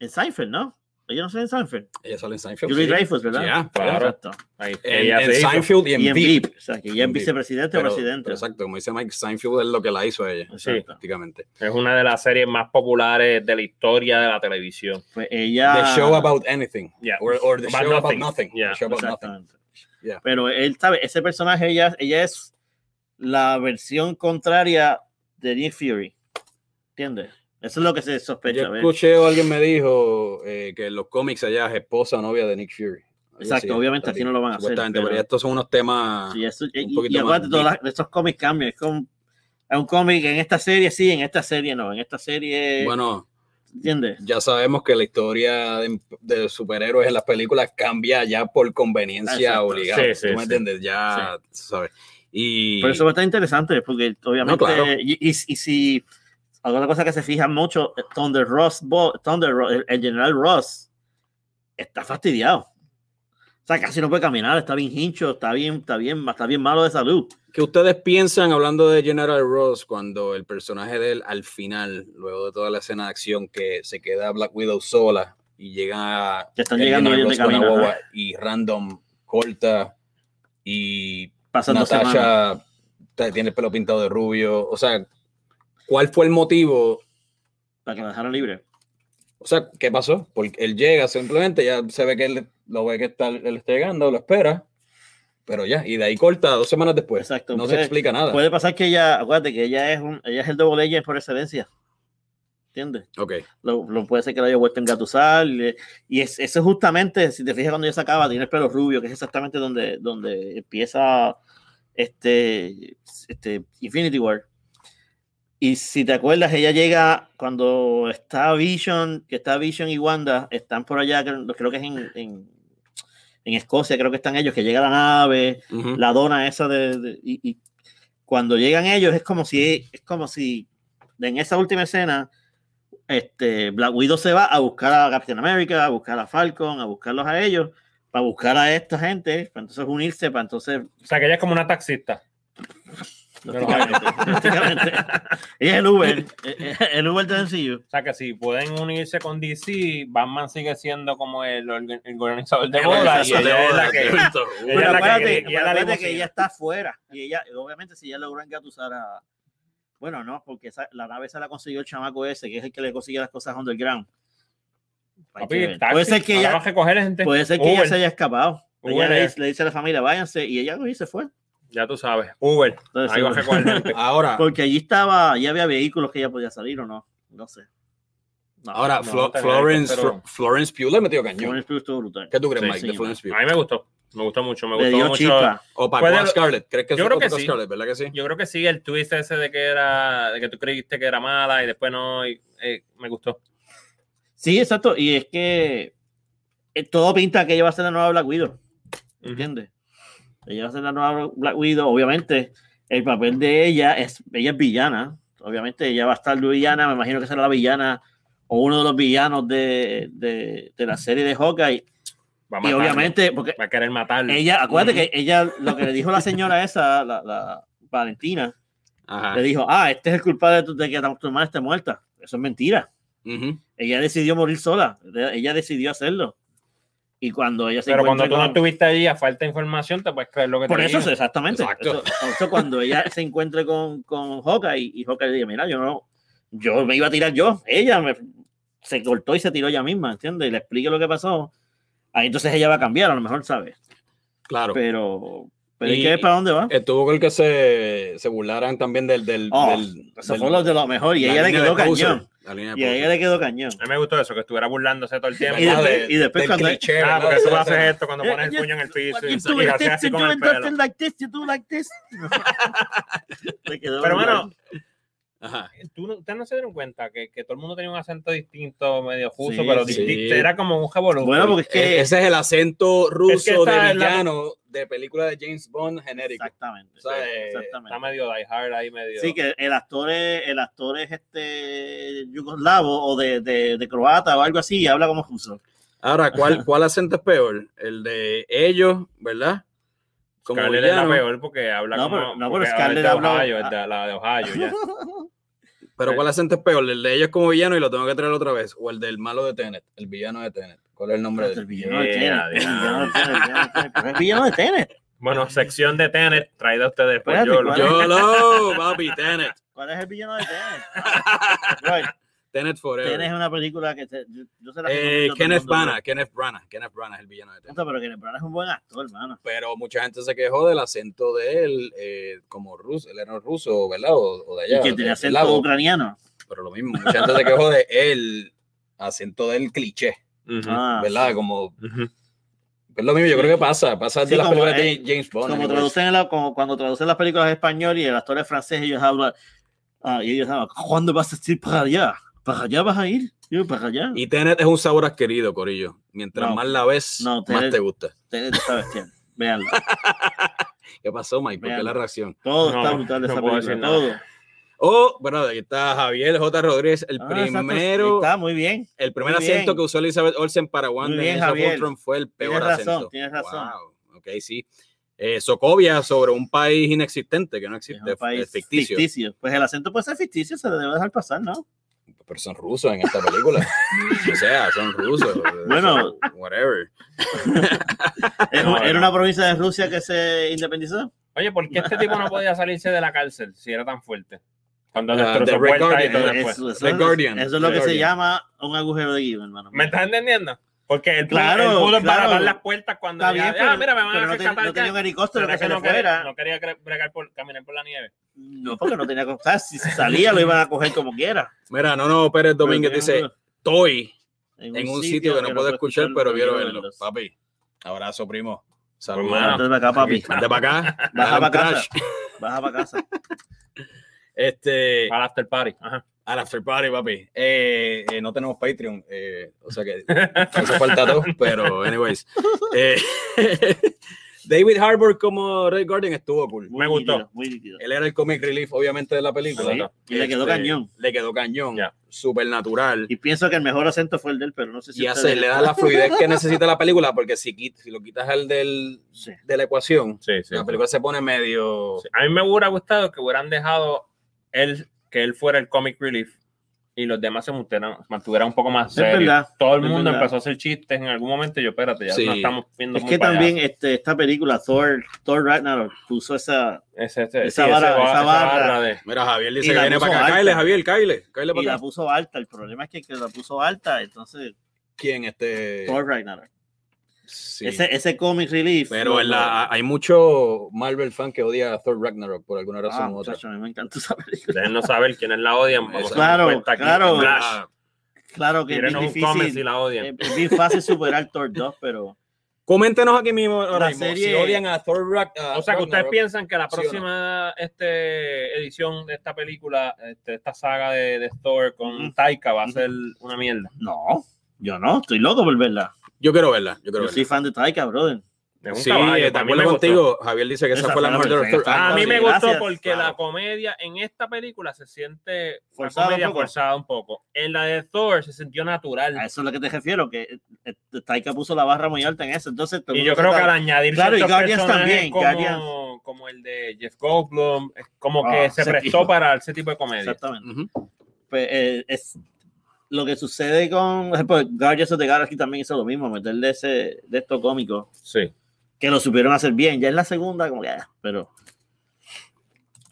Speaker 4: En Seinfeld, ¿no? Ella no sale en Seinfeld.
Speaker 2: Ella sale en Seinfeld.
Speaker 4: Julie
Speaker 2: sí.
Speaker 4: Dreyfus, ¿verdad?
Speaker 2: Ya,
Speaker 3: claro.
Speaker 4: Exacto.
Speaker 3: Ahí,
Speaker 2: En,
Speaker 3: ella
Speaker 2: en
Speaker 3: se hizo.
Speaker 2: Seinfeld y en,
Speaker 4: Y en
Speaker 2: Veep.
Speaker 3: este
Speaker 4: VIP. O sea, que ella
Speaker 2: En
Speaker 4: es
Speaker 2: Veep.
Speaker 4: vicepresidente
Speaker 2: Pero-
Speaker 4: o presidente.
Speaker 2: pero exacto, como dice Mike, Seinfeld es lo que la hizo a ella,
Speaker 3: Sí.
Speaker 4: Exacto.
Speaker 2: prácticamente.
Speaker 3: Es una de las series más populares de la historia de la televisión.
Speaker 4: Pues ella.
Speaker 2: The show about anything.
Speaker 3: Yeah.
Speaker 2: Or, or the
Speaker 3: About
Speaker 2: show about
Speaker 3: nothing.
Speaker 2: nothing. The
Speaker 3: Yeah,
Speaker 2: show about nothing.
Speaker 4: Exactamente.
Speaker 2: Yeah.
Speaker 4: Pero él sabe, ese personaje, ella, ella es la versión contraria de Nick Fury. ¿Entiendes? Eso es lo que se sospecha.
Speaker 2: Yo
Speaker 4: ¿ves?
Speaker 2: escuché o alguien me dijo eh, que en los cómics allá es esposa o novia de Nick Fury. Algo
Speaker 4: Exacto,
Speaker 2: así,
Speaker 4: obviamente aquí
Speaker 2: también,
Speaker 4: no lo van a hacer,
Speaker 2: supuestamente,
Speaker 4: pero-
Speaker 2: pero ya estos son unos temas.
Speaker 4: Sí, eso- y- y,
Speaker 2: poquito
Speaker 4: y acuérdate,
Speaker 2: más
Speaker 4: todos las- estos cómics cambian. Es como es un cómic en esta serie, sí, en esta serie no. En esta serie,
Speaker 2: Bueno,
Speaker 4: ¿entiendes?
Speaker 2: ya sabemos que la historia de, de superhéroes en las películas cambia ya por conveniencia
Speaker 4: Exacto.
Speaker 2: obligada.
Speaker 3: Sí, sí,
Speaker 2: ¿Tú me
Speaker 3: sí.
Speaker 2: entiendes? Ya, tú sabes. Y
Speaker 4: Por eso va a estar interesante, porque obviamente.
Speaker 2: No, claro.
Speaker 4: y, y- y si. Alguna cosa que se fijan mucho, eh, Thunder Ross, Bo- Thunder Ross- el, el general Ross, está fastidiado. O sea, casi no puede caminar, está bien hincho, está bien, está bien, está bien malo de salud.
Speaker 2: ¿Qué ustedes piensan hablando de General Ross cuando el personaje de él al final, luego de toda la escena de acción que se queda Black Widow sola y llega a
Speaker 4: Que están
Speaker 2: el
Speaker 4: llegando
Speaker 2: General
Speaker 4: ellos de
Speaker 2: Ross con la
Speaker 4: camino,
Speaker 2: guagua y random corta y
Speaker 4: Pasando semanas.
Speaker 2: Natasha ta- tiene el pelo pintado de rubio, o sea, ¿cuál fue el motivo?
Speaker 4: Para que la dejaron libre.
Speaker 2: O sea, ¿qué pasó? Porque él llega simplemente, ya se ve que él lo ve que está, él está llegando, lo espera, pero ya, y de ahí corta dos semanas después.
Speaker 4: Exacto,
Speaker 2: No se
Speaker 4: puede-
Speaker 2: explica nada.
Speaker 4: Puede pasar que ella, acuérdate que ella es, un, ella es el doble agent por excelencia. ¿Entiendes?
Speaker 2: Ok.
Speaker 4: Lo, lo puede ser que lo haya vuelto a engatusar. le- Y es, eso es justamente, si te fijas cuando ella se acaba, tiene el pelo rubio, que es exactamente donde, donde empieza este, este Infinity War. Y si te acuerdas, ella llega cuando está Vision, que está Vision y Wanda, están por allá, creo, creo que es en, en, en Escocia, creo que están ellos, que llega la nave,
Speaker 2: Ujú.
Speaker 4: la dona esa de, de- y, y cuando llegan ellos es como si es como si en esa última escena este Black Widow se va a buscar a Captain America, a buscar a Falcon, a buscarlos a ellos, para buscar a esta gente, para entonces unirse, para entonces
Speaker 3: O sea, que ella es como una taxista. los
Speaker 4: prácticamente, (laughs) prácticamente. Ella es el Uber, eh, eh, el Uber de MCU.
Speaker 3: O sea, que si pueden unirse con DC, Batman sigue siendo como el, orga- el organizador de
Speaker 2: Te
Speaker 3: bodas.
Speaker 2: bodas,
Speaker 3: Y ella es la que. (laughs)
Speaker 2: que-
Speaker 3: Ella es
Speaker 4: Pero
Speaker 3: la que-
Speaker 4: acuérdate,
Speaker 3: ella es la
Speaker 4: acuérdate que
Speaker 3: limusina.
Speaker 4: ella está afuera y ella obviamente si ella logra engatusar a Bueno, no, porque esa- la nave se la consiguió el chamaco ese, que es el que le consigue las cosas underground. Hay que
Speaker 3: Papi,
Speaker 4: ver.
Speaker 3: taxi,
Speaker 4: puede ser que
Speaker 3: ahora
Speaker 4: ella,
Speaker 3: vas a recoger gente.
Speaker 4: puede ser que ella
Speaker 3: Uber,
Speaker 4: se haya escapado. Ella
Speaker 3: Uber,
Speaker 4: le,
Speaker 3: eh.
Speaker 4: dice- le dice a la familia, váyanse, y ella lo hizo, fue.
Speaker 3: Ya tú sabes. Uber.
Speaker 4: Entonces,
Speaker 3: Ahí vas a recoger gente.
Speaker 2: Ahora,
Speaker 4: (laughs) Porque allí estaba, ya había vehículos que ella podía salir o no. No sé. No,
Speaker 2: ahora
Speaker 3: no,
Speaker 2: Flo-
Speaker 3: no,
Speaker 2: Florence,
Speaker 3: pero-
Speaker 2: Flo- Florence Pugh le metió cañón.
Speaker 4: Florence Pugh estuvo brutal.
Speaker 2: ¿Qué tú crees,
Speaker 3: Sí,
Speaker 2: Mike, de
Speaker 4: señor.
Speaker 2: Florence Pugh?
Speaker 3: A mí me gustó. Me gustó mucho. Me
Speaker 4: Ah, Le
Speaker 3: gustó
Speaker 4: dio
Speaker 3: mucho.
Speaker 4: chispa.
Speaker 2: O para
Speaker 3: Puede-
Speaker 2: Juan Scarlett. ¿Crees
Speaker 3: yo
Speaker 2: que sí?
Speaker 3: creo
Speaker 2: O
Speaker 3: que
Speaker 2: Juan
Speaker 3: sí.
Speaker 2: Scarlett, ¿verdad que sí?
Speaker 3: Yo creo que sí, el twist ese de que era, de que tú creíste que era mala y después no, y, eh, me gustó.
Speaker 4: Sí, exacto. Y es que eh, todo pinta que ella va a ser la nueva Black Widow. ¿Entiendes? Ella va a ser la nueva Black Widow. Obviamente, el papel de ella es, ella es villana. Obviamente, ella va a estar de villana. Me imagino que será la villana o uno de los villanos de, de- de la serie de Hawkeye.
Speaker 3: Va a
Speaker 4: Y
Speaker 3: matarlo,
Speaker 4: obviamente, porque
Speaker 3: va a querer matarlo.
Speaker 4: Ella, acuérdate que ella, lo que le dijo la señora esa, la, la Valentina,
Speaker 2: Ajá.
Speaker 4: le dijo, ah, este es el culpable de, tu- de que tu tu hermana esté muerta. Eso es mentira.
Speaker 2: Ujú.
Speaker 4: Ella decidió morir sola. De- Ella decidió hacerlo. Y cuando ella se
Speaker 3: Pero cuando tú
Speaker 4: encuentra
Speaker 3: no
Speaker 4: con-
Speaker 3: estuviste allí, a falta de información, te puedes creer lo que
Speaker 4: Por
Speaker 3: te
Speaker 4: eso,
Speaker 3: digan.
Speaker 4: exactamente. Eso-
Speaker 2: Exacto.
Speaker 4: eso cuando ella se encuentre con, con Hawkeye y, y Hawkeye le dice, mira, yo no, yo me iba a tirar yo. Ella me- se cortó y se tiró ella misma, ¿entiendes? Y le explique lo que pasó. Ahí entonces ella va a cambiar, a lo mejor, ¿sabes?
Speaker 2: Claro.
Speaker 4: Pero, pero hay
Speaker 2: Y-
Speaker 4: que ver para dónde va.
Speaker 2: Estuvo con el que se, se burlaran también del. del,
Speaker 4: Oh,
Speaker 2: del-
Speaker 4: Eso
Speaker 2: del-
Speaker 4: fue lo de lo mejor. Y a
Speaker 2: la
Speaker 4: ella le
Speaker 2: línea de
Speaker 4: quedó
Speaker 2: Poser.
Speaker 4: cañón.
Speaker 2: La línea de
Speaker 4: Y a ella
Speaker 2: Poser.
Speaker 4: le quedó cañón.
Speaker 3: A mí me gustó eso, que estuviera burlándose todo el tiempo.
Speaker 4: (laughs) Y después-
Speaker 2: Del-
Speaker 4: y después
Speaker 2: del
Speaker 4: cuando-
Speaker 2: cliché,
Speaker 3: Ah,
Speaker 2: ¿verdad?
Speaker 3: porque tú haces
Speaker 2: Esa-
Speaker 3: esto cuando pones el
Speaker 4: Eh,
Speaker 3: puño en el piso y,
Speaker 4: You do
Speaker 3: y
Speaker 4: it
Speaker 3: haces
Speaker 4: this,
Speaker 3: así
Speaker 4: you
Speaker 3: con
Speaker 4: do
Speaker 3: este el
Speaker 4: it
Speaker 3: pelo.
Speaker 4: nothing like this, you do like (laughs) this. Le quedó
Speaker 3: Pero bueno,
Speaker 4: brutal.
Speaker 2: Ajá.
Speaker 3: ¿tú no- ustedes no se dieron cuenta que, que todo el mundo tenía un acento distinto, medio justo,
Speaker 4: Sí,
Speaker 3: pero
Speaker 2: sí.
Speaker 3: distinto. Era como un revolú.
Speaker 4: Bueno, porque es
Speaker 2: E-
Speaker 4: que.
Speaker 2: Ese es el acento ruso
Speaker 3: Es que esta
Speaker 2: de
Speaker 3: es la-
Speaker 2: villano de película de James Bond genérico.
Speaker 4: Exactamente.
Speaker 2: O sea, eh,
Speaker 3: Está
Speaker 4: Exactamente.
Speaker 3: medio die hard ahí, medio.
Speaker 4: Sí, que el actor es, el actor es este yugoslavo o de, de, de croata o algo así y habla como ruso.
Speaker 3: (laughs)
Speaker 2: Ahora, ¿cuál, ¿cuál acento es peor? El de ellos, ¿verdad? Como
Speaker 3: Scarlett es la
Speaker 2: villano.
Speaker 3: peor porque habla
Speaker 4: No,
Speaker 3: como.
Speaker 4: pero- no, pero
Speaker 3: porque
Speaker 4: Scarlett
Speaker 3: es de
Speaker 4: habla-
Speaker 3: Ohio, es de- la de Ohio,
Speaker 4: (laughs)
Speaker 3: ya.
Speaker 2: Pero ¿cuál acento es peor? El de ellos como villano y lo tengo que traer otra vez. O el del malo de Tenet, el villano de Tenet. ¿Cuál es el nombre de
Speaker 4: El
Speaker 2: él?
Speaker 4: villano de
Speaker 3: Yeah,
Speaker 4: Tenet. El
Speaker 3: yeah.
Speaker 4: villano de Tenet, el villano de Tenet. Pero es villano de Tenet.
Speaker 3: Bueno, sección de Tenet traída a ustedes por
Speaker 4: Espérate,
Speaker 3: Yolo.
Speaker 4: ¿cuál (laughs)
Speaker 2: YOLO, papi, Tenet.
Speaker 4: ¿Cuál es el villano de Tenet?
Speaker 2: (laughs)
Speaker 4: Right.
Speaker 2: Tenet Forever.
Speaker 4: Tienes una película que te- yo- yo se la recomiendo a
Speaker 2: Eh,
Speaker 4: todo el
Speaker 2: Kenneth
Speaker 4: mundo,
Speaker 2: Branagh, Kenneth Branagh, Kenneth Branagh es el villano de
Speaker 4: pero-
Speaker 2: Tenet.
Speaker 4: Puta, Pero Kenneth Branagh es un buen actor, hermano.
Speaker 2: Pero mucha gente se quejó del acento de él eh, como ruso, él era ruso, ¿verdad? O, o de allá.
Speaker 4: y que
Speaker 2: de-
Speaker 4: tiene
Speaker 2: del
Speaker 4: acento
Speaker 2: lago.
Speaker 4: ucraniano.
Speaker 2: Pero lo mismo, mucha gente se quejó de él, acento del cliché,
Speaker 3: Ujú,
Speaker 4: Ah,
Speaker 2: ¿verdad? Como,
Speaker 3: ujú.
Speaker 2: es lo mismo, yo creo que pasa, pasa
Speaker 4: Sí,
Speaker 2: de las
Speaker 4: como,
Speaker 2: películas
Speaker 4: eh,
Speaker 2: de James Bond.
Speaker 4: Como
Speaker 2: anyway.
Speaker 4: traducen en la- como cuando traducen las películas en español y el actor es francés, ellos hablan. ah, y ellos hablan, ¿cuándo vas a ir para allá? ¿Para allá vas a ir? Yo, para allá.
Speaker 2: Y Tenet es un sabor adquirido, Corillo. Mientras
Speaker 4: No.
Speaker 2: más la ves,
Speaker 4: No,
Speaker 2: más
Speaker 4: Tenet-
Speaker 2: te gusta.
Speaker 4: Ustedes no saben quién. Véanlo.
Speaker 2: ¿Qué pasó, Mike? ¿Por qué
Speaker 4: Vean.
Speaker 2: la reacción?
Speaker 4: Todo
Speaker 3: No,
Speaker 4: está brutal de
Speaker 3: no
Speaker 4: esa
Speaker 3: puedo
Speaker 4: película.
Speaker 3: decir
Speaker 4: Todo. Ah,
Speaker 2: Oh, bueno, aquí está Javier J. Rodríguez, el
Speaker 4: Ah, exacto,
Speaker 2: primero.
Speaker 4: Está muy bien.
Speaker 2: El primer
Speaker 4: Muy bien.
Speaker 2: acento que usó Elizabeth Olsen para Wanda
Speaker 4: bien,
Speaker 2: en Age of
Speaker 4: Javier.
Speaker 2: Ultron fue el peor
Speaker 4: Tienes razón,
Speaker 2: acento.
Speaker 4: tienes razón.
Speaker 2: Wow, ok, sí. Eh, Socovia sobre un país inexistente que no
Speaker 4: Es
Speaker 2: existe,
Speaker 4: un
Speaker 2: es,
Speaker 4: país
Speaker 2: ficticio.
Speaker 4: ficticio. Pues el acento puede ser ficticio, se le debe dejar
Speaker 3: (laughs)
Speaker 4: pasar, ¿no?
Speaker 2: Pero son rusos en esta
Speaker 4: (laughs)
Speaker 2: película. o sea, son rusos.
Speaker 4: Bueno.
Speaker 2: son whatever.
Speaker 4: ¿Era
Speaker 3: No,
Speaker 4: era
Speaker 3: no.
Speaker 4: una provincia de Rusia que se independizó?
Speaker 3: Oye, ¿por qué este tipo no podía salirse de la cárcel si era tan fuerte? Cuando
Speaker 2: Ah,
Speaker 3: destrozó
Speaker 2: The Red
Speaker 3: puertas y
Speaker 2: Guardian,
Speaker 3: todo
Speaker 2: eh,
Speaker 3: después.
Speaker 4: Eso, eso
Speaker 2: The
Speaker 4: es-
Speaker 2: Guardian,
Speaker 4: eso es lo
Speaker 2: The
Speaker 4: que se
Speaker 2: Guardian.
Speaker 4: llama un agujero de guión, hermano.
Speaker 3: ¿Me estás entendiendo? Porque él pudo,
Speaker 4: Claro,
Speaker 3: él pudo
Speaker 4: claro.
Speaker 3: desbaratar las puertas cuando
Speaker 4: Está
Speaker 3: ya- ah,
Speaker 4: bien, pero,
Speaker 3: mira, me van
Speaker 4: pero
Speaker 3: a
Speaker 4: no, tenía,
Speaker 3: rescatar
Speaker 4: no tenía un helicóptero
Speaker 3: Pero
Speaker 4: que
Speaker 3: es
Speaker 4: se
Speaker 3: que
Speaker 4: le
Speaker 3: no quería,
Speaker 4: fuera.
Speaker 3: no quería cre- bregar por, caminar por la nieve.
Speaker 4: No, porque no tenía. O sea, si se salía, lo iban a coger como quiera.
Speaker 2: Mira, no, no, Pérez (laughs) Domínguez
Speaker 4: Pero tenía
Speaker 2: dice, estoy en un sitio que no puedo escuchar, pero quiero verlo.
Speaker 4: verlos.
Speaker 2: Papi, abrazo, primo.
Speaker 3: Hermano.
Speaker 2: Saludos.
Speaker 4: Entonces, ven acá, papi.
Speaker 2: Vente para acá.
Speaker 4: Pues, (laughs) Baja
Speaker 2: Dale un
Speaker 4: para casa.
Speaker 2: crash.
Speaker 4: Baja
Speaker 3: (laughs)
Speaker 4: para casa.
Speaker 2: Este,
Speaker 3: Al after party. Ajá.
Speaker 2: al after party, papi. Eh, eh, no tenemos Patreon, eh, o
Speaker 4: (laughs)
Speaker 2: sea que hace falta todo, pero anyways. Eh, (laughs) David Harbour como Red Guardian estuvo cool.
Speaker 4: Muy
Speaker 3: gustó.
Speaker 4: nítido, muy nítido.
Speaker 2: Él era el comic relief, obviamente, de la película.
Speaker 4: Sí, y le quedó
Speaker 2: Este,
Speaker 4: cañón.
Speaker 2: Le quedó cañón,
Speaker 3: Ya.
Speaker 2: súper natural.
Speaker 4: Y pienso que el mejor acento fue el del, pero no sé si.
Speaker 2: Y hace,
Speaker 4: ustedes-
Speaker 2: le da la fluidez que necesita la película, porque si, quit- si lo quitas al del,
Speaker 4: Sí.
Speaker 2: de la ecuación,
Speaker 3: Sí, sí.
Speaker 2: la película se pone medio...
Speaker 3: Sí. A mí me hubiera gustado que hubieran dejado él, que él fuera el comic relief y los demás se mantuvieran, mantuvieran un poco más
Speaker 4: Es
Speaker 3: serios.
Speaker 4: verdad,
Speaker 3: Todo el
Speaker 4: es
Speaker 3: mundo
Speaker 4: verdad.
Speaker 3: empezó a hacer chistes en algún momento. y Yo, espérate, ya
Speaker 2: Sí.
Speaker 3: nos estamos viendo
Speaker 4: Es
Speaker 3: muy
Speaker 4: que
Speaker 3: para allá.
Speaker 4: también este, esta película, Thor, Thor Ragnarok, puso esa,
Speaker 3: Ese- ese-
Speaker 4: esa
Speaker 3: sí, ese
Speaker 4: vara-
Speaker 3: va-
Speaker 4: esa
Speaker 3: esa
Speaker 4: barra.
Speaker 3: barra de-
Speaker 2: Mira, Javier
Speaker 4: Y
Speaker 2: dice que
Speaker 4: la
Speaker 2: viene
Speaker 4: puso
Speaker 2: para acá.
Speaker 4: alta.
Speaker 2: Kyle, Javier, Kyle. Kyle
Speaker 4: y
Speaker 2: para
Speaker 4: la
Speaker 2: acá.
Speaker 4: puso alta. El problema es que, que la puso alta, entonces
Speaker 2: ¿Quién? Este.
Speaker 4: Thor Ragnarok.
Speaker 2: Sí.
Speaker 4: Ese, ese comic relief.
Speaker 2: Pero
Speaker 4: lo-
Speaker 2: en la, hay mucho Marvel fan que odia a Thor Ragnarok por alguna razón
Speaker 4: Ah,
Speaker 2: u otra.
Speaker 4: muchacho, a mí me encantó esa película. (laughs)
Speaker 3: Ustedes no saber quiénes la odian. Vamos a
Speaker 4: Claro,
Speaker 3: hacer encuesta aquí.
Speaker 4: claro.
Speaker 3: Flash,
Speaker 2: Ah,
Speaker 4: Claro que es bien
Speaker 3: tírenos un comment si
Speaker 4: difícil.
Speaker 3: la odian.
Speaker 4: Es es bien fácil superar Thor 2, pero
Speaker 2: Coméntenos aquí mismo, ahora
Speaker 4: La
Speaker 2: mismo, si
Speaker 4: serie-
Speaker 2: odian a Thor Rag- a
Speaker 3: O sea, que ustedes
Speaker 2: Ragnarok.
Speaker 3: piensan que la
Speaker 2: ¿sí o no?
Speaker 3: próxima este, edición de esta película, este, esta saga de, de Thor con
Speaker 4: Mm.
Speaker 3: Taika va a ser una mierda.
Speaker 4: no, yo no, estoy loco por verla.
Speaker 2: Yo quiero verla, yo quiero
Speaker 4: Yo
Speaker 2: verla.
Speaker 4: soy fan de Taika, brother.
Speaker 3: Es un
Speaker 2: Sí,
Speaker 3: caballo,
Speaker 2: eh, de
Speaker 3: a mí
Speaker 2: acuerdo
Speaker 3: me gustó.
Speaker 2: contigo. Javier dice que esa,
Speaker 4: Esa
Speaker 2: fue la
Speaker 4: fue
Speaker 2: mejor de los
Speaker 4: perfecta.
Speaker 2: Thor-
Speaker 3: A mí me
Speaker 4: Gracias,
Speaker 3: gustó porque
Speaker 4: claro.
Speaker 3: la comedia en esta película se siente una
Speaker 4: Forzada un
Speaker 3: comedia
Speaker 4: poco. Ah,
Speaker 3: forzada un poco. En la de Thor se sintió natural.
Speaker 4: A eso es lo que te refiero, que eh, eh, Taika puso la barra muy alta en eso. Entonces, todo el
Speaker 3: Y
Speaker 4: mundo
Speaker 3: yo creo que
Speaker 4: está-
Speaker 3: al añadir
Speaker 4: Claro, y
Speaker 3: ciertos
Speaker 4: Guardians
Speaker 3: personajes
Speaker 4: también,
Speaker 3: como,
Speaker 4: Guardians.
Speaker 3: como el de Jeff Goldblum, es como que
Speaker 4: Ah,
Speaker 3: se
Speaker 4: ese
Speaker 3: prestó
Speaker 4: tipo.
Speaker 3: para ese tipo de comedia.
Speaker 4: Exactamente.
Speaker 2: Ujú.
Speaker 4: Pues, eh, es lo que sucede con por ejemplo, Guardians of the Galaxy también hizo lo mismo, meterle ese de esto cómico,
Speaker 3: Sí.
Speaker 4: que lo supieron hacer bien. Ya es la segunda, como que, ah, pero,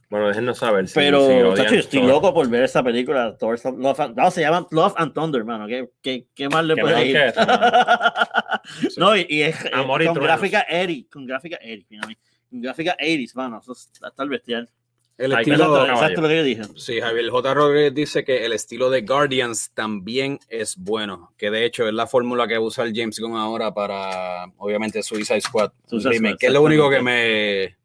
Speaker 3: Bueno, déjenos saber. si-
Speaker 4: pero,
Speaker 3: si odian
Speaker 4: chacho, yo estoy
Speaker 3: Thor.
Speaker 4: loco por ver esa película. Thor, Love and- no, se llama Love and Thunder, hermano. ¿Qué, qué, qué más le
Speaker 3: Qué
Speaker 4: puede
Speaker 3: mejor
Speaker 4: ir?
Speaker 3: que esto,
Speaker 4: no, y, y es
Speaker 3: Amor y
Speaker 4: con
Speaker 3: truenos.
Speaker 4: gráfica Eri, con gráfica Eri, mira, con gráfica 80s, mano, eso está el bestial.
Speaker 2: El
Speaker 3: Ay,
Speaker 2: estilo,
Speaker 3: perdón, cabrón.
Speaker 4: Exacto lo que yo dije.
Speaker 2: sí, Javier J. Rodríguez dice que el estilo de Guardians también es bueno, que de hecho es la fórmula que usa el James Gunn ahora para, obviamente, Suicide Squad.
Speaker 4: Suicide
Speaker 2: Dime,
Speaker 4: Squad,
Speaker 2: que es lo único que me,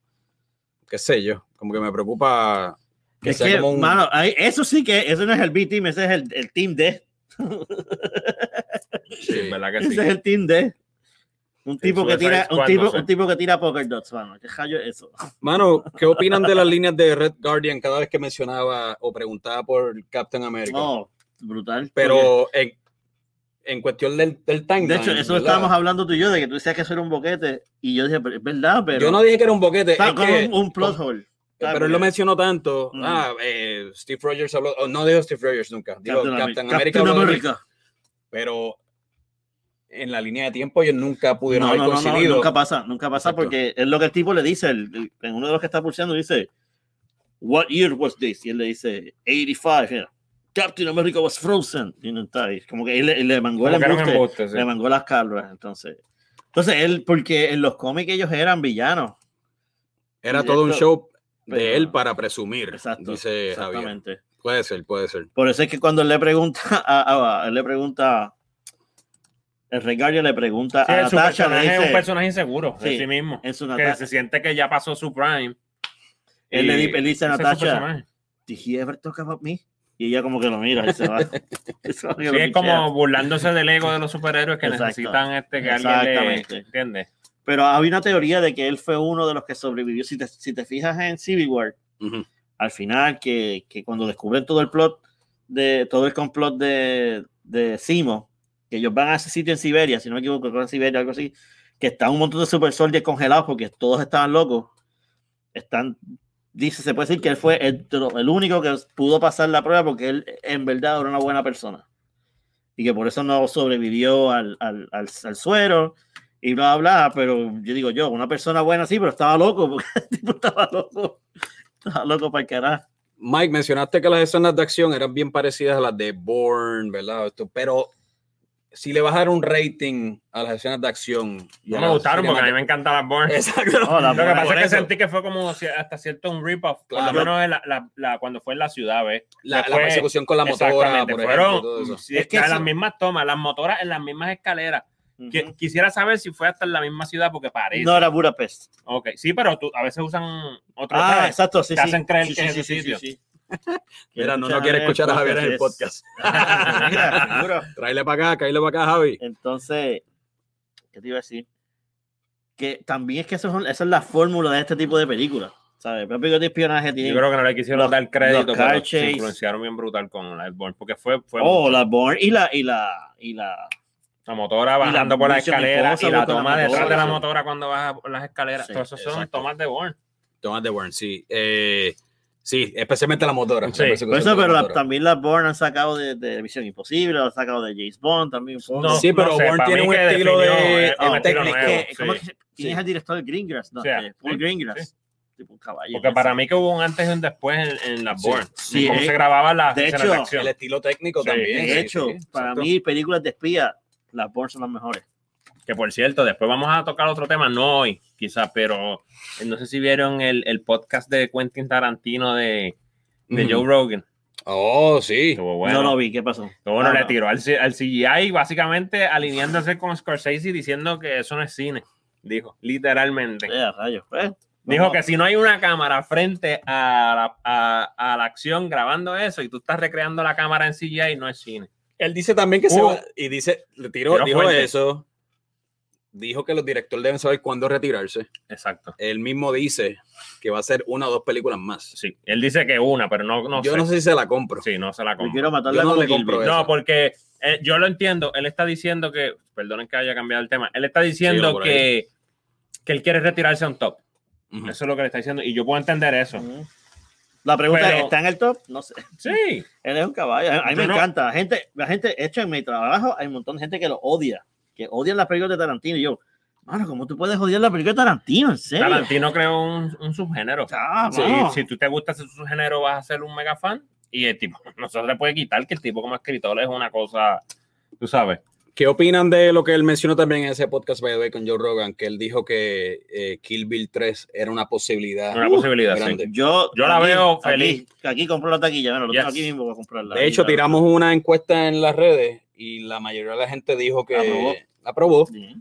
Speaker 2: qué sé yo, como que me preocupa que
Speaker 4: es
Speaker 2: sea
Speaker 4: que,
Speaker 2: como un...
Speaker 4: mano, ahí- eso sí que, eso no es el B-Team, ese es el, el Team D.
Speaker 3: Sí, ¿verdad que
Speaker 4: Ese
Speaker 3: sí?
Speaker 4: es el team de un tipo que
Speaker 3: Suicide
Speaker 4: tira un
Speaker 3: Squad,
Speaker 4: tipo,
Speaker 3: no sé.
Speaker 4: un tipo que tira poker dots, mano. ¿Qué rayo es eso?
Speaker 2: Mano, ¿qué opinan de las líneas de Red Guardian cada vez que mencionaba o preguntaba por Captain America?
Speaker 4: No, Oh, brutal.
Speaker 2: Pero en, en cuestión del,
Speaker 4: Porque,
Speaker 2: del timeline,
Speaker 4: de hecho, eso
Speaker 2: ¿verdad?
Speaker 4: estábamos hablando tú y yo de que tú decías que eso era un boquete y yo dije, pero es verdad, pero
Speaker 2: Yo no dije que era un boquete,
Speaker 4: Está
Speaker 2: es
Speaker 4: como
Speaker 2: que-
Speaker 4: un, un plot hole.
Speaker 2: pero él lo
Speaker 4: Captain
Speaker 2: mencionó tanto.
Speaker 4: Ujú.
Speaker 2: Ah, eh, Steve Rogers habló, oh, no dijo Steve Rogers nunca, dijo Captain,
Speaker 4: America.
Speaker 2: America,
Speaker 4: Captain
Speaker 2: habló de-
Speaker 4: America.
Speaker 2: pero en la línea de tiempo ellos nunca
Speaker 4: No,
Speaker 2: pudieron haber
Speaker 4: no, no, no,
Speaker 2: coincidido.
Speaker 4: nunca pasa, nunca pasa
Speaker 2: Exacto.
Speaker 4: porque es lo que el tipo le dice, el- el- en uno de los que está pulsando dice, What year was this? Y él le dice, 85. yeah. Captain America was frozen. Y no está ahí. Como que él, le- le mangó el
Speaker 3: Como que era un
Speaker 4: embuste.
Speaker 3: embuste, sí.
Speaker 4: le mangó las calvas, entonces. Entonces él, porque en los cómics ellos eran villanos.
Speaker 2: Era todo un
Speaker 4: Esto-
Speaker 2: show de
Speaker 4: pero-
Speaker 2: él para presumir,
Speaker 4: Exacto.
Speaker 2: dice Javier.
Speaker 4: exactamente.
Speaker 2: Puede ser, puede ser.
Speaker 4: Por eso es que cuando él le pregunta a, a- a- él le pregunta el regalio le pregunta
Speaker 3: Sí,
Speaker 4: a
Speaker 3: su
Speaker 4: Natasha le
Speaker 3: personaje es un
Speaker 4: dice,
Speaker 3: personaje inseguro de
Speaker 4: Sí,
Speaker 3: sí mismo.
Speaker 4: en su
Speaker 3: Que
Speaker 4: Natasha,
Speaker 3: se siente que ya pasó su prime.
Speaker 4: él
Speaker 3: Y
Speaker 4: le di- él dice a
Speaker 3: ese es su
Speaker 4: Natasha,
Speaker 3: personaje.
Speaker 4: "Did he ever talk about me?" Y ella como que lo mira y se
Speaker 3: (laughs)
Speaker 4: va. Se va y
Speaker 3: Sí,
Speaker 4: lo
Speaker 3: es
Speaker 4: pichea.
Speaker 3: como burlándose del ego de los superhéroes que
Speaker 4: Exacto.
Speaker 3: necesitan este que alguien
Speaker 4: Exactamente.
Speaker 3: le entiende.
Speaker 4: Pero había una teoría de que él fue uno de los que sobrevivió. Si te, si te fijas en Civil War,
Speaker 2: Ujú.
Speaker 4: al final, que, que cuando descubren todo el plot de todo el complot de, de Simo, que ellos van a ese sitio en Siberia, si no me equivoco, creo que en Siberia, algo así, que está un montón de super soldiers congelados porque todos estaban locos. Están, dice, se puede decir que él fue el, el único que pudo pasar la prueba porque él en verdad era una buena persona. Y que por eso no sobrevivió al, al, al, al suero y bla, bla, bla, pero yo digo yo, una persona buena sí, pero estaba loco, (laughs) porque el tipo estaba loco. Estaba loco para el carajo.
Speaker 2: Mike, mencionaste que las escenas de acción eran bien parecidas a las de Bourne, ¿verdad? Esto, pero si le bajaron un rating a las escenas de acción. y
Speaker 3: No
Speaker 2: a
Speaker 3: me
Speaker 2: las
Speaker 3: gustaron porque a mí
Speaker 2: cinemáticas-
Speaker 3: me encanta las Born.
Speaker 2: (laughs) Exacto.
Speaker 4: No, la
Speaker 3: Lo que
Speaker 4: buena-
Speaker 3: pasa es que
Speaker 4: eso.
Speaker 3: sentí que fue como si- hasta cierto un rip-off, por
Speaker 2: Claro.
Speaker 3: lo menos en la- la- la- cuando fue en la ciudad, ¿ves?
Speaker 2: la, la
Speaker 3: Fue-
Speaker 2: persecución con la motora,
Speaker 3: Exactamente,
Speaker 2: por ejemplo,
Speaker 3: fueron
Speaker 2: todo eso.
Speaker 3: sí,
Speaker 4: Es que
Speaker 3: en
Speaker 4: eso-
Speaker 3: las mismas tomas, las motoras en las mismas escaleras. Qui-
Speaker 4: Ujú.
Speaker 3: Quisiera saber si fue hasta en la misma ciudad porque parece.
Speaker 4: No era Budapest.
Speaker 3: Ok, sí, pero tú- a veces usan otro.
Speaker 4: Ah,
Speaker 3: ¿sabes?
Speaker 4: exacto, sí,
Speaker 3: Te
Speaker 4: sí.
Speaker 3: hacen creer que
Speaker 4: Sí, sí,
Speaker 3: es
Speaker 4: sí,
Speaker 3: ese
Speaker 4: sí,
Speaker 3: sitio. (laughs)
Speaker 4: sí, sí.
Speaker 2: Mira, no, no quiere escuchar a Javier en el podcast.
Speaker 3: Ah,
Speaker 4: podcast. Mira, seguro.
Speaker 2: Tráele para acá, tráele para acá, Javi.
Speaker 4: Entonces, ¿qué te iba a decir? Que también es que eso es un- esa es la fórmula de este tipo de películas. ¿Sabes? Películas de espionaje
Speaker 3: Yo
Speaker 4: tienen.
Speaker 3: creo que no le quisieron
Speaker 4: Los-
Speaker 3: dar crédito, pero
Speaker 4: los car
Speaker 3: se
Speaker 4: chase.
Speaker 3: influenciaron bien brutal con la Airborne, porque fue, fue
Speaker 4: Oh, la Born y la. Y la, y la
Speaker 3: la motora bajando por la
Speaker 4: Mission
Speaker 3: escalera y
Speaker 4: Impossible
Speaker 3: la
Speaker 4: con la
Speaker 3: toma detrás
Speaker 4: motora,
Speaker 3: de la
Speaker 4: sí.
Speaker 3: motora cuando baja por las escaleras.
Speaker 4: Sí,
Speaker 3: Todo eso son
Speaker 2: exacto.
Speaker 3: tomas de Born.
Speaker 2: Thomas de Warren, sí. Eh, Sí, especialmente la motora.
Speaker 3: Sí,
Speaker 2: La persecución
Speaker 4: Por eso,
Speaker 2: de la
Speaker 4: pero la-
Speaker 2: motora.
Speaker 4: también las Bourne han sacado de, de Misión Imposible, han sacado de James Bond también. un poco.
Speaker 3: No,
Speaker 2: sí, pero
Speaker 3: sé,
Speaker 2: Bourne
Speaker 3: para
Speaker 2: tiene
Speaker 3: mí
Speaker 2: un
Speaker 3: que
Speaker 2: estilo de-
Speaker 3: definió, eh,
Speaker 2: de
Speaker 4: Ah,
Speaker 3: un estilo
Speaker 4: es
Speaker 3: nuevo,
Speaker 2: técnica.
Speaker 4: que- ¿cómo
Speaker 3: sí.
Speaker 4: es que se- ¿Quién es el director de Greengrass? No,
Speaker 3: O sea,
Speaker 4: este, Paul
Speaker 3: sí,
Speaker 4: Greengrass.
Speaker 3: sí.
Speaker 4: Tipo un caballo.
Speaker 3: Porque para mí que hubo un antes y un después en, en las
Speaker 2: Sí.
Speaker 3: Born.
Speaker 4: Sí,
Speaker 3: cómo
Speaker 4: eh,
Speaker 3: se grababa la
Speaker 4: de
Speaker 3: escena
Speaker 4: hecho,
Speaker 3: de acción.
Speaker 2: El estilo técnico
Speaker 3: Sí,
Speaker 2: también.
Speaker 4: De
Speaker 2: sí,
Speaker 4: hecho,
Speaker 2: sí, sí,
Speaker 4: para
Speaker 2: exacto.
Speaker 4: mí, películas de espía, las Bourne son las mejores.
Speaker 3: Que por cierto, después vamos a tocar otro tema, no hoy, quizás, pero eh, no sé si vieron el, el podcast de Quentin Tarantino de, de
Speaker 2: Ujú.
Speaker 3: Joe Rogan.
Speaker 2: Oh, sí.
Speaker 3: Estuvo bueno.
Speaker 4: No lo vi, ¿qué pasó?
Speaker 3: Estuvo bueno,
Speaker 4: Ah,
Speaker 3: le
Speaker 4: no.
Speaker 3: tiró al, C- al CGI, básicamente alineándose con Scorsese y diciendo que eso no es cine. Dijo, literalmente.
Speaker 4: Eh, a rayos, pues.
Speaker 3: Dijo
Speaker 4: Vamos.
Speaker 3: que si no hay una cámara frente a la, a- a la acción grabando eso y tú estás recreando la cámara en CGI, no es cine.
Speaker 2: Él dice también que se
Speaker 3: Hubo-
Speaker 2: va. Y dice, le tiró,
Speaker 3: Tiró
Speaker 2: dijo
Speaker 3: fuerte.
Speaker 2: eso. Dijo que los directores deben saber cuándo retirarse.
Speaker 3: Exacto.
Speaker 2: Él mismo dice que va a hacer una o dos películas más.
Speaker 3: Sí, él dice que una, pero no, no
Speaker 2: Yo
Speaker 3: sé.
Speaker 2: no sé si se la compro.
Speaker 3: Sí, no se la
Speaker 4: Yo
Speaker 3: compro.
Speaker 4: quiero matarla
Speaker 2: Yo no
Speaker 4: con
Speaker 2: le compro
Speaker 4: Gilby.
Speaker 2: eso.
Speaker 3: No, porque eh, yo lo entiendo. Él está diciendo que, perdonen que haya cambiado el tema, él está
Speaker 2: Sí,
Speaker 3: diciendo
Speaker 2: por ahí.
Speaker 3: que, que él quiere retirarse a un top.
Speaker 2: Ujú.
Speaker 3: Eso es lo que le está diciendo. Y yo puedo entender eso.
Speaker 4: Ujú. La pregunta
Speaker 3: Pero-
Speaker 4: es, ¿está en el top? No sé.
Speaker 3: Sí.
Speaker 4: Él es un caballo. A a mí
Speaker 3: Yo
Speaker 4: me
Speaker 3: no-
Speaker 4: encanta. La gente, la gente, de hecho, en mi trabajo hay un montón de gente que lo odia, que odian las películas de Tarantino. Y yo, mano, ¿cómo tú puedes odiar la película de Tarantino? ¿En serio?
Speaker 3: Tarantino creó un, un subgénero.
Speaker 4: Ah,
Speaker 3: Sí,
Speaker 4: mano.
Speaker 3: si tú te gusta ese subgénero, vas a ser un mega fan. Y el tipo, (laughs) no se le puede quitar que el tipo como escritor es una cosa, tú sabes.
Speaker 2: ¿Qué opinan de lo que él mencionó también en ese podcast by the way, con Joe Rogan? Que él dijo que eh, Kill Bill 3 era una posibilidad.
Speaker 4: Uh,
Speaker 3: Una posibilidad, sí.
Speaker 2: grande.
Speaker 4: Yo,
Speaker 3: Yo la veo feliz.
Speaker 4: Aquí, aquí compro la taquilla, bueno, lo tengo
Speaker 3: Yes.
Speaker 4: aquí mismo para comprarla.
Speaker 2: De hecho,
Speaker 4: Ahí, claro.
Speaker 2: tiramos una encuesta en las redes y la mayoría de la gente dijo que
Speaker 4: Aprobó.
Speaker 2: aprobó,
Speaker 4: Sí.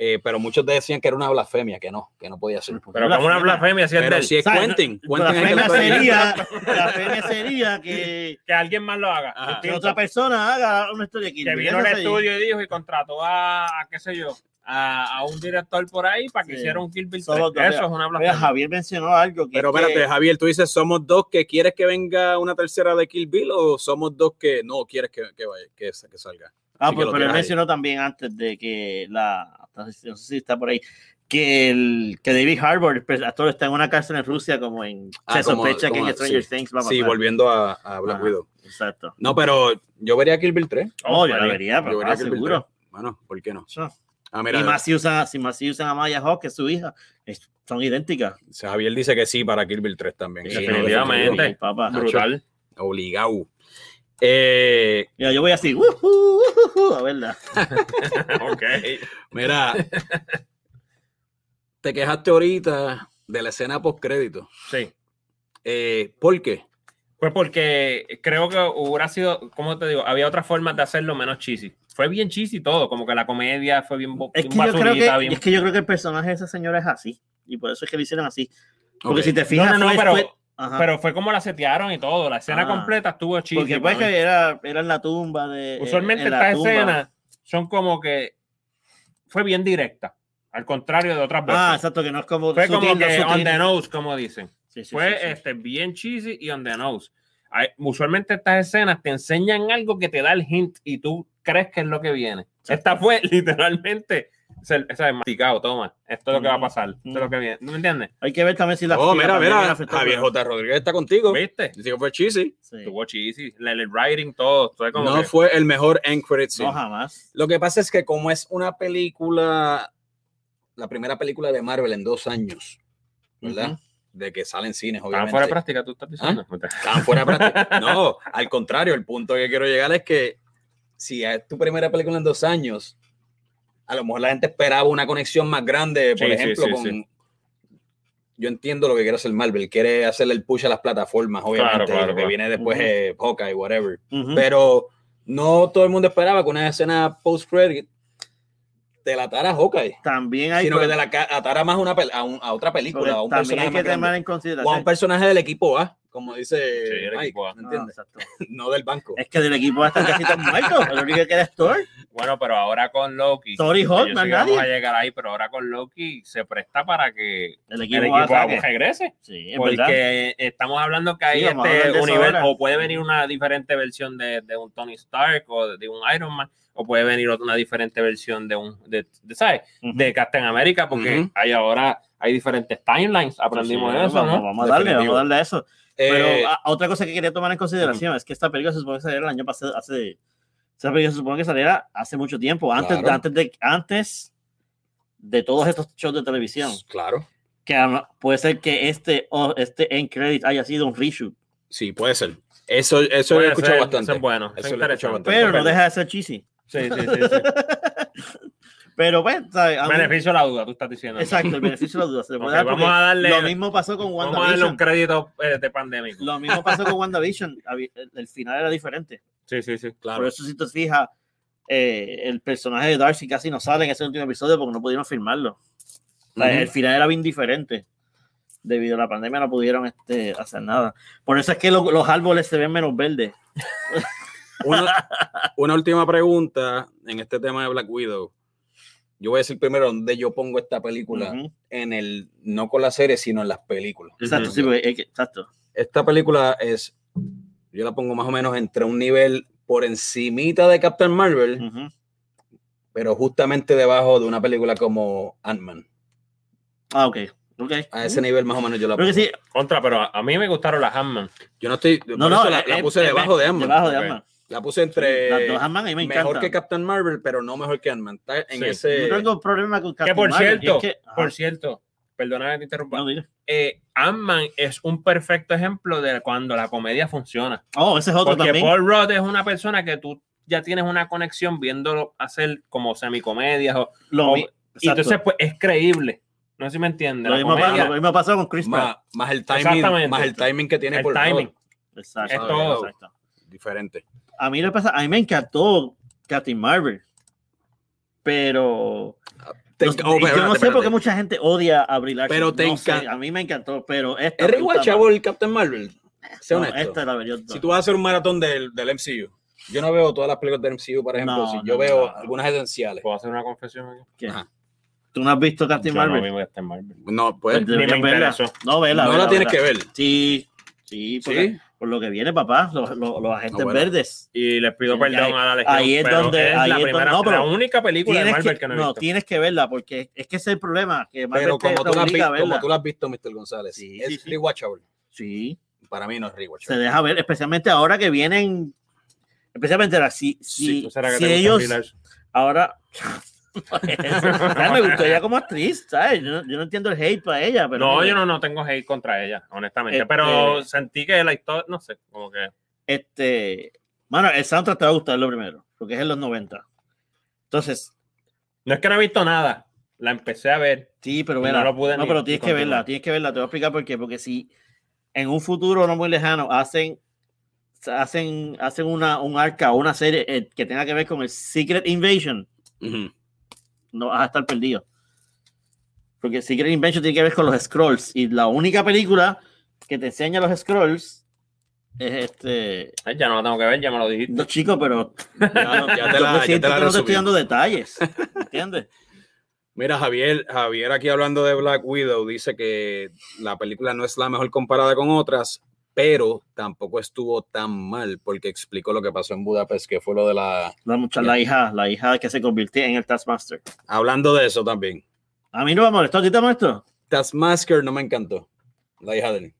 Speaker 2: eh, pero muchos decían que era una blasfemia, que no, que no podía ser.
Speaker 3: Pero como una blasfemia, si es de
Speaker 2: Pero
Speaker 3: él.
Speaker 2: si es
Speaker 4: O sea,
Speaker 2: Quentin,
Speaker 4: La
Speaker 2: Quentin es el que
Speaker 4: pena
Speaker 2: lo está diciendo.
Speaker 4: sería, la pena sería
Speaker 2: (laughs)
Speaker 4: que,
Speaker 3: que alguien más lo haga.
Speaker 2: Ajá.
Speaker 4: que
Speaker 3: Distinto.
Speaker 4: otra persona haga una historia aquí.
Speaker 3: que vino al estudio y dijo y contrató a, a qué sé yo, a, a un director por ahí para que
Speaker 4: Sí.
Speaker 3: hiciera un Kill Bill
Speaker 4: Solo
Speaker 3: 3. Eso
Speaker 4: que-
Speaker 3: es una
Speaker 4: Oye,
Speaker 3: blasfemia.
Speaker 4: Javier mencionó algo que.
Speaker 2: Pero
Speaker 4: es que-
Speaker 2: espérate, Javier, tú dices, ¿somos dos que quieres que venga una tercera de Kill Bill o somos dos que no quieres que, que vaya, que, sa- que salga?
Speaker 4: Ah,
Speaker 2: Así que
Speaker 4: pues,
Speaker 2: lo
Speaker 4: pero él
Speaker 2: tiras ahí.
Speaker 4: mencionó también antes de que la. No sé si está por ahí. Que, el, que David Harbour, pues, el actor, está en una cárcel en Rusia, como en.
Speaker 2: Ah,
Speaker 4: se
Speaker 2: como-
Speaker 4: sospecha
Speaker 2: como-
Speaker 4: que en Stranger
Speaker 2: sí.
Speaker 4: Things va a pasar.
Speaker 2: Sí, volviendo a, a Black
Speaker 4: Ajá,
Speaker 2: Widow.
Speaker 4: Exacto.
Speaker 2: No, pero yo vería Kill Bill 3.
Speaker 4: Oh, yo la
Speaker 3: María.
Speaker 4: vería, pero
Speaker 2: yo vería
Speaker 4: ah,
Speaker 2: Kill Bill
Speaker 4: seguro.
Speaker 2: 3. Bueno, ¿por qué no?
Speaker 4: Eso.
Speaker 2: Ah, mira,
Speaker 4: y más si usan, si más si usan a Maya Hawk, que es su hija, es- son idénticas.
Speaker 2: o sea, Javier dice que sí para Kill Bill 3 también.
Speaker 3: Sí,
Speaker 2: Sí, no,
Speaker 3: definitivamente.
Speaker 4: Ay, papá.
Speaker 3: Brutal.
Speaker 2: Obligado. Eh,
Speaker 4: Mira, yo voy así, uh, uh, uh, uh, a verla.
Speaker 3: ok.
Speaker 2: eh,
Speaker 4: (laughs)
Speaker 2: mira, te quejaste ahorita de la escena post crédito.
Speaker 3: Sí.
Speaker 2: ¿Por qué?
Speaker 3: Pues porque creo que hubiera sido, ¿cómo te digo? Había otras formas de hacerlo menos cheesy. Fue bien cheesy todo, como que la comedia fue bien, bo-
Speaker 4: Es
Speaker 3: bien
Speaker 4: que, yo creo
Speaker 3: basurita,
Speaker 4: que,
Speaker 3: bien-
Speaker 4: es que yo creo que el personaje de esa señora es así. Y por eso es que lo hicieron así. Porque
Speaker 2: Ok.
Speaker 4: si te fijas,
Speaker 3: no, no,
Speaker 4: fue-
Speaker 3: pero-
Speaker 4: fue- ajá.
Speaker 3: Pero fue como la setearon y todo. La escena
Speaker 4: Ah.
Speaker 3: completa estuvo cheesy.
Speaker 4: Porque pues
Speaker 3: para mí.
Speaker 4: que era, era en la tumba de. eh,
Speaker 3: Usualmente
Speaker 4: en la
Speaker 3: estas
Speaker 4: tumba.
Speaker 3: escenas son como que fue bien directa. Al contrario de otras veces.
Speaker 4: Ah, exacto, que no es como.
Speaker 3: pues. Fue como
Speaker 4: sutil, no
Speaker 3: que
Speaker 4: sutil.
Speaker 3: on the nose, como dicen.
Speaker 4: Sí, sí,
Speaker 3: Fue
Speaker 4: sí, sí.
Speaker 3: este, bien cheesy y on the nose. Hay- usualmente estas escenas te enseñan algo que te da el hint y tú crees que es lo que viene. Esta fue (laughs) literalmente, se- o sea, masticado, toma, esto es lo que va a pasar, esto es lo que viene. ¿No me entiendes?
Speaker 4: Hay que ver también si la.
Speaker 2: Oh,
Speaker 4: si la
Speaker 2: mira,
Speaker 4: pandemia
Speaker 2: mira,
Speaker 4: afectó,
Speaker 2: Javier
Speaker 4: pero-
Speaker 2: J. Rodríguez está contigo.
Speaker 3: ¿Viste?
Speaker 2: Dice que fue cheesy.
Speaker 4: Sí.
Speaker 3: Estuvo cheesy, el, el writing, todo. todo como
Speaker 2: No
Speaker 3: que-
Speaker 2: fue el mejor end credit scene.
Speaker 4: No, jamás.
Speaker 2: Lo que pasa es que como es una película, la primera película de Marvel en dos años, ¿verdad?
Speaker 4: Ujú.
Speaker 2: De que salen cines,
Speaker 3: Estaban
Speaker 2: obviamente.
Speaker 3: fuera de práctica, tú estás diciendo.
Speaker 4: ¿Ah?
Speaker 2: Estaban fuera de práctica. (laughs) No, al contrario, el punto que quiero llegar es que si es tu primera película en dos años, a lo mejor la gente esperaba una conexión más grande,
Speaker 3: Sí,
Speaker 2: por
Speaker 3: sí,
Speaker 2: ejemplo,
Speaker 3: sí,
Speaker 2: con...
Speaker 3: sí.
Speaker 2: Yo entiendo lo que quiere hacer Marvel, quiere hacerle el push a las plataformas, obviamente,
Speaker 3: claro,
Speaker 2: lo que
Speaker 3: claro.
Speaker 2: viene después
Speaker 4: Ujú.
Speaker 2: es Hawkeye, whatever
Speaker 4: Ujú.
Speaker 2: pero no todo el mundo esperaba que una escena post credit te la atara a Hawkeye,
Speaker 4: También hay.
Speaker 2: sino que te la ca- atara más una pel- a, un- a otra
Speaker 4: porque
Speaker 2: película, a un
Speaker 4: también
Speaker 2: personaje
Speaker 4: hay que
Speaker 2: más
Speaker 4: tomar
Speaker 2: grande,
Speaker 4: en
Speaker 2: o a un
Speaker 4: consideración.
Speaker 2: personaje del equipo A, como
Speaker 3: Sí,
Speaker 2: dice
Speaker 3: del
Speaker 2: Mike,
Speaker 3: equipo A.
Speaker 2: ¿me
Speaker 4: Ah, Eh,
Speaker 2: entiendes?
Speaker 4: exacto.
Speaker 2: No del banco.
Speaker 4: Es que del equipo hasta casi tan muerto. El único que queda es Thor.
Speaker 3: Bueno, pero ahora con Loki.
Speaker 4: Sorry,
Speaker 3: que
Speaker 4: Hulk,
Speaker 3: yo
Speaker 4: más
Speaker 3: sé que vamos a
Speaker 4: nadie.
Speaker 3: llegar ahí, pero ahora con Loki se presta para que
Speaker 4: El equipo,
Speaker 3: el equipo
Speaker 4: ataque.
Speaker 3: regrese.
Speaker 4: Sí, es verdad.
Speaker 3: Porque estamos hablando que hay
Speaker 4: Sí, vamos a hablar de
Speaker 3: este
Speaker 4: eso
Speaker 3: universo,
Speaker 4: ahora.
Speaker 3: o puede venir una diferente versión de, de un Tony Stark o de, de un Iron Man, o puede venir otra- una diferente versión de un, de, de, ¿sabes? De Captain America, porque
Speaker 2: Ujú.
Speaker 3: hay ahora, hay diferentes timelines, aprendimos
Speaker 4: Sí,
Speaker 3: de eso,
Speaker 4: vamos,
Speaker 3: ¿no?
Speaker 4: vamos a darle,
Speaker 2: Definitivo.
Speaker 4: vamos a darle a eso. Pero
Speaker 2: Eh,
Speaker 4: ah, otra cosa que quería tomar en consideración es que esta película se supone que saliera el año pasado, hace, esta película se supone que saliera hace mucho tiempo, antes,
Speaker 2: Claro.
Speaker 4: antes, de, antes de todos estos shows de televisión.
Speaker 2: claro.
Speaker 4: Que ah, puede ser que este, o este end credit haya sido un reshoot,
Speaker 2: Sí, puede ser. Eso, eso lo
Speaker 3: Puede
Speaker 2: he escuchado
Speaker 3: ser,
Speaker 2: bastante.
Speaker 3: eso es bueno, eso
Speaker 2: Eso
Speaker 3: es
Speaker 2: lo he escuchado
Speaker 3: interesante.
Speaker 2: bastante.
Speaker 4: pero no
Speaker 2: Pero-
Speaker 4: deja de ser cheesy.
Speaker 3: Sí, sí, sí.
Speaker 4: (laughs)
Speaker 3: sí.
Speaker 4: Pero bueno, ¿sabes? A mí-
Speaker 3: Beneficio a la duda, tú estás diciendo.
Speaker 4: exacto, el beneficio de la duda.
Speaker 3: (laughs)
Speaker 4: se le puede
Speaker 3: Ok,
Speaker 4: dar
Speaker 3: vamos
Speaker 4: porque
Speaker 3: a darle-
Speaker 4: Lo mismo pasó con
Speaker 3: Vamos a darle un
Speaker 4: WandaVision.
Speaker 3: crédito eh, de pandémico.
Speaker 4: Lo mismo pasó con WandaVision. (laughs) había- El el final era diferente.
Speaker 3: Sí, sí, sí.
Speaker 2: Claro.
Speaker 4: Por eso, si te fijas, eh, el personaje de Darcy casi no sale en ese último episodio porque no pudieron filmarlo. O sea,
Speaker 2: Ujú.
Speaker 4: El final era bien diferente. Debido a la pandemia no pudieron este, hacer nada. Por eso es que lo- los árboles se ven menos verdes.
Speaker 3: (laughs)
Speaker 2: Una, una última pregunta en este tema de Black Widow. Yo voy a decir primero dónde yo pongo esta película.
Speaker 4: Ujú.
Speaker 2: En el, no con la serie, sino en las películas.
Speaker 4: Exacto, sí, porque es que- exacto.
Speaker 2: Esta película es, yo la pongo más o menos entre un nivel por encimita de Captain Marvel,
Speaker 4: Ujú.
Speaker 2: pero justamente debajo de una película como Ant-Man.
Speaker 4: Ah, ok. ok.
Speaker 2: A ese nivel más o menos yo la
Speaker 4: Creo
Speaker 2: pongo.
Speaker 4: que sí.
Speaker 3: Contra, pero a, a mí me gustaron las Hammond.
Speaker 2: Yo no estoy,
Speaker 4: No,
Speaker 2: por
Speaker 4: no,
Speaker 2: eso la,
Speaker 4: eh,
Speaker 2: la
Speaker 4: eh,
Speaker 2: puse
Speaker 4: eh,
Speaker 2: debajo de Ant-Man.
Speaker 4: Debajo de
Speaker 3: ok.
Speaker 4: Ant-Man.
Speaker 2: La puse entre...
Speaker 4: Las dos Ant-Man a mí me
Speaker 2: mejor
Speaker 4: encantan.
Speaker 2: que eh, Captain Marvel, pero no mejor que Ant-Man. Está en
Speaker 3: Sí.
Speaker 2: ese.
Speaker 4: Yo tengo un problema con
Speaker 3: Que
Speaker 4: Captain
Speaker 3: por
Speaker 4: Marvel, y
Speaker 3: cierto,
Speaker 4: es que- ajá,
Speaker 3: por cierto, perdona que te interrumpa.
Speaker 4: no, diga.
Speaker 3: Eh, Ant-Man es un perfecto ejemplo de cuando la comedia funciona.
Speaker 4: Oh, ese es otro
Speaker 3: Porque
Speaker 4: también.
Speaker 3: Paul Rudd es una persona que tú ya tienes una conexión viéndolo hacer como semicomedias. O,
Speaker 4: Lo,
Speaker 2: oh,
Speaker 3: o-
Speaker 4: mi-
Speaker 3: y
Speaker 4: exacto.
Speaker 3: entonces, pues es creíble. No sé si me entiendes. la
Speaker 4: Lo mismo, pa-
Speaker 3: comedia-
Speaker 4: lo mismo pasó con Chris Pratt.
Speaker 2: más, más el
Speaker 3: Exactamente.
Speaker 2: timing, más el timing que tiene
Speaker 3: El
Speaker 2: por lado.
Speaker 3: timing.
Speaker 4: Exacto,
Speaker 3: es todo.
Speaker 4: exacto.
Speaker 2: Diferente.
Speaker 4: A mí, lo que pasa, a mí me encantó Captain Marvel. Pero
Speaker 2: Te-
Speaker 4: no-
Speaker 2: oh,
Speaker 4: yo
Speaker 2: espérate,
Speaker 4: no sé por qué
Speaker 2: espérate.
Speaker 4: mucha gente odia a Brie Larson,
Speaker 2: Pero te
Speaker 4: no sé,
Speaker 2: encan-
Speaker 4: a mí me encantó, pero esta
Speaker 2: Es
Speaker 4: me
Speaker 2: re igual,
Speaker 4: gusta
Speaker 2: chavo, el Captain Marvel. Sé
Speaker 4: más. No,
Speaker 2: honesto.
Speaker 4: esta la vería otra.
Speaker 2: Si tú vas a hacer un maratón del, del MCU, yo no veo todas las películas del MCU, por ejemplo.
Speaker 4: No,
Speaker 2: si
Speaker 4: no,
Speaker 2: yo veo
Speaker 4: no.
Speaker 2: algunas esenciales.
Speaker 3: ¿Puedo hacer una confesión aquí?
Speaker 4: ¿Qué?
Speaker 2: Ajá.
Speaker 4: Tú no has visto Captain
Speaker 3: Yo
Speaker 4: Marvel.
Speaker 3: No, vivo Captain Marvel.
Speaker 2: No, pues.
Speaker 3: Ni me
Speaker 4: Deberías verla.
Speaker 3: interesó.
Speaker 4: No, vela,
Speaker 2: no
Speaker 4: vela,
Speaker 2: la tienes
Speaker 4: vela.
Speaker 2: que ver.
Speaker 4: Sí, sí, porque-
Speaker 2: ¿Sí?
Speaker 4: por lo que viene, papá, los, los- los agentes
Speaker 2: bueno.
Speaker 4: verdes.
Speaker 3: Y les pido
Speaker 4: Sí,
Speaker 3: perdón
Speaker 4: ahí-
Speaker 3: a la legión.
Speaker 4: ahí es
Speaker 3: pero
Speaker 4: donde-
Speaker 3: es
Speaker 4: ahí
Speaker 3: la,
Speaker 4: es donde-
Speaker 3: primera,
Speaker 4: no, pero
Speaker 3: la única película de
Speaker 4: Tienes
Speaker 3: Marvel
Speaker 4: que,
Speaker 3: que, no he
Speaker 4: no,
Speaker 3: visto.
Speaker 4: tienes que verla porque es que ese es el problema. Que Marvel
Speaker 2: Pero
Speaker 4: te-
Speaker 2: como
Speaker 4: te
Speaker 2: tú, la has
Speaker 4: obliga a
Speaker 2: visto, como
Speaker 4: verla.
Speaker 2: tú la has visto, Mr. González,
Speaker 4: Sí,
Speaker 2: es
Speaker 4: sí, sí.
Speaker 2: rewatchable.
Speaker 4: Sí.
Speaker 2: Para mí no es
Speaker 4: se
Speaker 2: rewatchable.
Speaker 4: deja ver, especialmente ahora que vienen, especialmente ahora, si, si,
Speaker 3: Sí, ¿tú será que
Speaker 4: si
Speaker 3: te gusta
Speaker 4: ellos
Speaker 3: Brie Larson?
Speaker 4: ahora... (laughs) Ya me gustó ella como actriz, ¿sabes? Yo, no- yo no entiendo el hate para ella, pero...
Speaker 3: No,
Speaker 4: mira,
Speaker 3: yo no, no tengo hate contra ella, honestamente.
Speaker 4: Este-
Speaker 3: Pero sentí que la historia, no sé, como que.
Speaker 4: Este, mano, el soundtrack te va a gustar lo primero, porque es en los 90. Entonces,
Speaker 3: No es que no he visto nada. La empecé a ver.
Speaker 4: sí, pero
Speaker 3: Y
Speaker 4: verla.
Speaker 3: no lo pude
Speaker 4: No,
Speaker 3: ni-
Speaker 4: pero
Speaker 3: ni
Speaker 4: tienes que
Speaker 3: continuar.
Speaker 4: verla, tienes que verla, te voy a explicar por qué, porque si en un futuro no muy lejano hacen hacen hacen una un arca o una serie eh, que tenga que ver con el Secret Invasion,
Speaker 2: Ujú.
Speaker 4: no vas a estar perdido. Porque Secret Invention tiene que ver con los scrolls. Y la única película que te enseña los scrolls es este.
Speaker 3: Ay, Ya no la tengo que ver, ya me lo dijiste.
Speaker 4: No, chico, pero.
Speaker 2: ya te
Speaker 4: yo
Speaker 2: la-
Speaker 4: me
Speaker 2: ya
Speaker 4: siento
Speaker 2: te la
Speaker 4: que no te
Speaker 2: resumí.
Speaker 4: estoy dando detalles. ¿Entiendes?
Speaker 2: Mira, Javier, Javier aquí hablando de Black Widow dice que la película no es la mejor comparada con otras, pero tampoco estuvo tan mal porque explicó lo que pasó en Budapest, que fue lo de la...
Speaker 4: La, mucha- la hija, la hija que se convirtió en el Taskmaster.
Speaker 2: Hablando de eso también.
Speaker 4: A mí no me molestó, ¿a ti te molestó?
Speaker 2: Taskmaster no me encantó, la hija de él.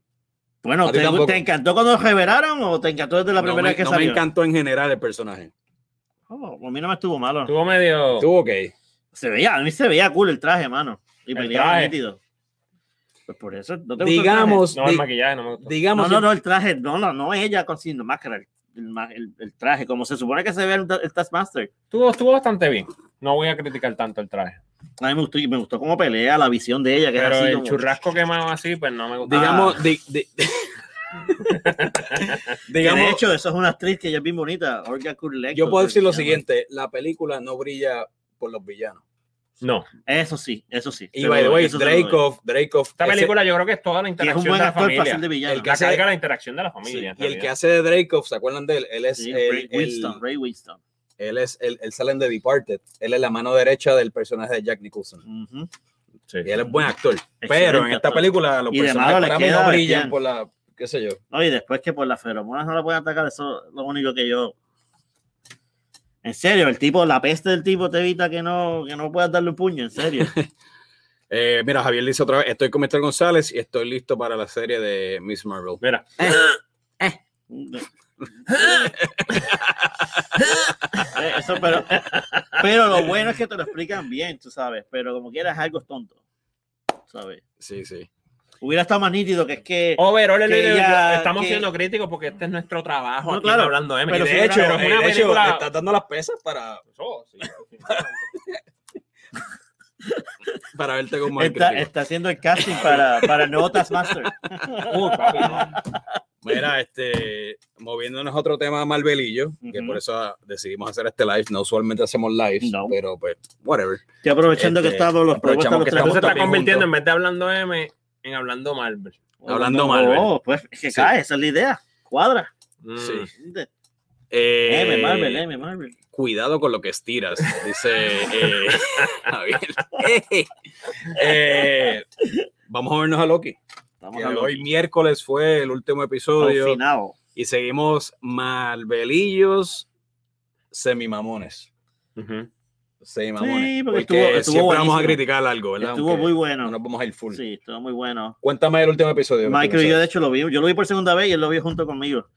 Speaker 4: Bueno,
Speaker 2: A ti
Speaker 4: ¿te,
Speaker 2: tampoco.
Speaker 4: te encantó cuando revelaron o te encantó desde la
Speaker 2: no
Speaker 4: primera
Speaker 2: me,
Speaker 4: que
Speaker 2: no me
Speaker 4: salió?
Speaker 2: encantó en general el personaje.
Speaker 4: Oh, a mí no me estuvo malo.
Speaker 3: Estuvo medio.
Speaker 2: Estuvo ok.
Speaker 4: Se veía, a mí se veía cool el traje, mano. Y
Speaker 3: El
Speaker 4: peleaba
Speaker 3: traje.
Speaker 4: nítido. Pues por eso, ¿no te gustó el traje?
Speaker 2: Digamos,
Speaker 3: No, el
Speaker 2: di-
Speaker 3: maquillaje no me gustó.
Speaker 2: digamos,
Speaker 4: No, no, no, el traje, no, no, no ella con sin máscara, el, el ma- el- el traje, como se supone que se ve el, ta- el Taskmaster.
Speaker 3: Estuvo, estuvo bastante bien. No voy a criticar tanto el traje.
Speaker 4: A mí me gustó, y me gustó cómo pelea, la visión de ella, que
Speaker 3: Pero
Speaker 4: es así
Speaker 3: el
Speaker 4: como-
Speaker 3: churrasco quemado así, pues no me
Speaker 4: Ah.
Speaker 3: gustó.
Speaker 2: digamos, di-
Speaker 4: (laughs)
Speaker 2: di- (laughs)
Speaker 4: que
Speaker 2: digamos,
Speaker 4: de hecho, eso es una actriz que ella es bien bonita, Olga Kurylenko,
Speaker 2: yo puedo
Speaker 4: que
Speaker 2: decir lo
Speaker 4: se llama.
Speaker 2: siguiente, la película no brilla por los villanos.
Speaker 3: Ah, no.
Speaker 4: Eso sí, eso sí.
Speaker 2: Y
Speaker 4: Pero
Speaker 2: by the way,
Speaker 4: eso se lo doy.
Speaker 2: Dracoff, Dracoff,
Speaker 3: Esta
Speaker 2: ese-
Speaker 3: película yo creo que es toda la
Speaker 4: Y es
Speaker 3: interacción
Speaker 4: un buen
Speaker 3: de la
Speaker 4: actor para ser
Speaker 3: familia.
Speaker 4: de villano.
Speaker 2: El que
Speaker 3: La
Speaker 2: hace-
Speaker 3: carga la interacción de la
Speaker 2: Sí,
Speaker 3: familia. en
Speaker 2: y el que
Speaker 3: realidad.
Speaker 2: hace de Dracov, ¿se acuerdan de él? Él es
Speaker 4: Sí,
Speaker 2: el,
Speaker 4: Ray
Speaker 2: el-
Speaker 4: Winston, Ray Winston.
Speaker 2: él es el, él sale en The Departed. Él es la mano derecha del personaje de Jack Nicholson.
Speaker 4: Ujú.
Speaker 3: Sí.
Speaker 2: Y él es buen actor. pero en
Speaker 4: Excelente
Speaker 2: esta
Speaker 4: actor.
Speaker 2: película los
Speaker 4: Y de
Speaker 2: personajes
Speaker 4: malo le
Speaker 2: para mí no
Speaker 4: queda
Speaker 2: brillan
Speaker 4: bien.
Speaker 2: por la, qué sé yo.
Speaker 4: No, y después que por las feromonas no la pueden atacar, eso es lo único que yo. En serio, el tipo, la peste del tipo te evita que no, que no puedas darle un puño, en serio.
Speaker 2: Eh, mira, Javier dice otra vez, estoy con Mr. González y estoy listo para la serie de Miss Marvel.
Speaker 3: Mira,
Speaker 4: Eh, Eso, pero, pero lo bueno es que te lo explican bien, tú sabes, pero como quieras algo es tonto. ¿Sabes?
Speaker 2: Sí, sí.
Speaker 4: Hubiera estado más nítido que es que
Speaker 2: Oh,
Speaker 3: overall, el-
Speaker 4: que ya-
Speaker 3: estamos
Speaker 4: que-
Speaker 3: siendo críticos porque este es nuestro trabajo.
Speaker 4: No,
Speaker 3: aquí
Speaker 4: claro,
Speaker 3: hablando de
Speaker 4: pero
Speaker 3: Y
Speaker 4: si-
Speaker 3: de hecho,
Speaker 4: pero
Speaker 3: es una película.
Speaker 2: estás dando las pesas para,
Speaker 3: Oh, sí, sí.
Speaker 2: para verte como el
Speaker 4: está,
Speaker 2: crítico.
Speaker 4: está haciendo el casting para, para el nuevo Taskmaster.
Speaker 3: Uy, papi, no.
Speaker 2: Mira, este, moviéndonos a otro tema Marvelillo, que
Speaker 4: Ujú.
Speaker 2: por eso ah, decidimos hacer este live. No usualmente hacemos lives,
Speaker 4: No.
Speaker 2: pero pues, whatever.
Speaker 4: Estoy aprovechando que
Speaker 2: Este,
Speaker 4: estamos los
Speaker 2: aprovechamos que
Speaker 3: Entonces
Speaker 4: propuestas los
Speaker 2: estamos
Speaker 3: se está
Speaker 2: también
Speaker 3: convirtiendo
Speaker 2: juntos.
Speaker 3: en vez de hablando M en hablando Marvel.
Speaker 4: tres.
Speaker 2: hablando Marvel.
Speaker 4: Oh, pues se
Speaker 2: Sí.
Speaker 4: cae, esa es la idea. Cuadra.
Speaker 3: Mm.
Speaker 2: Sí.
Speaker 4: ¿entiendes?
Speaker 2: Eh,
Speaker 4: M, Marvel, M, Marvel.
Speaker 2: Cuidado con lo que estiras,
Speaker 4: (laughs)
Speaker 2: dice eh, Javier. (laughs) Eh, vamos a vernos a Loki.
Speaker 4: Estamos
Speaker 2: que
Speaker 4: a lo
Speaker 2: hoy miércoles fue el último episodio
Speaker 4: confinado.
Speaker 2: y seguimos Marvelillos semimamones.
Speaker 3: Ujú.
Speaker 2: Semimamones.
Speaker 4: Sí, porque
Speaker 2: porque
Speaker 4: estuvo- estuvo
Speaker 2: siempre vamos a
Speaker 4: buenísimo.
Speaker 2: criticar algo, ¿verdad?
Speaker 4: Estuvo
Speaker 2: Aunque
Speaker 4: muy
Speaker 2: no
Speaker 4: bueno.
Speaker 2: nos vamos a ir full.
Speaker 4: Sí, estuvo muy bueno.
Speaker 2: Cuéntame el último episodio.
Speaker 4: Michael y yo, de
Speaker 2: Marvel
Speaker 4: hecho, lo vi. Yo lo vi por segunda vez y él lo vio junto conmigo.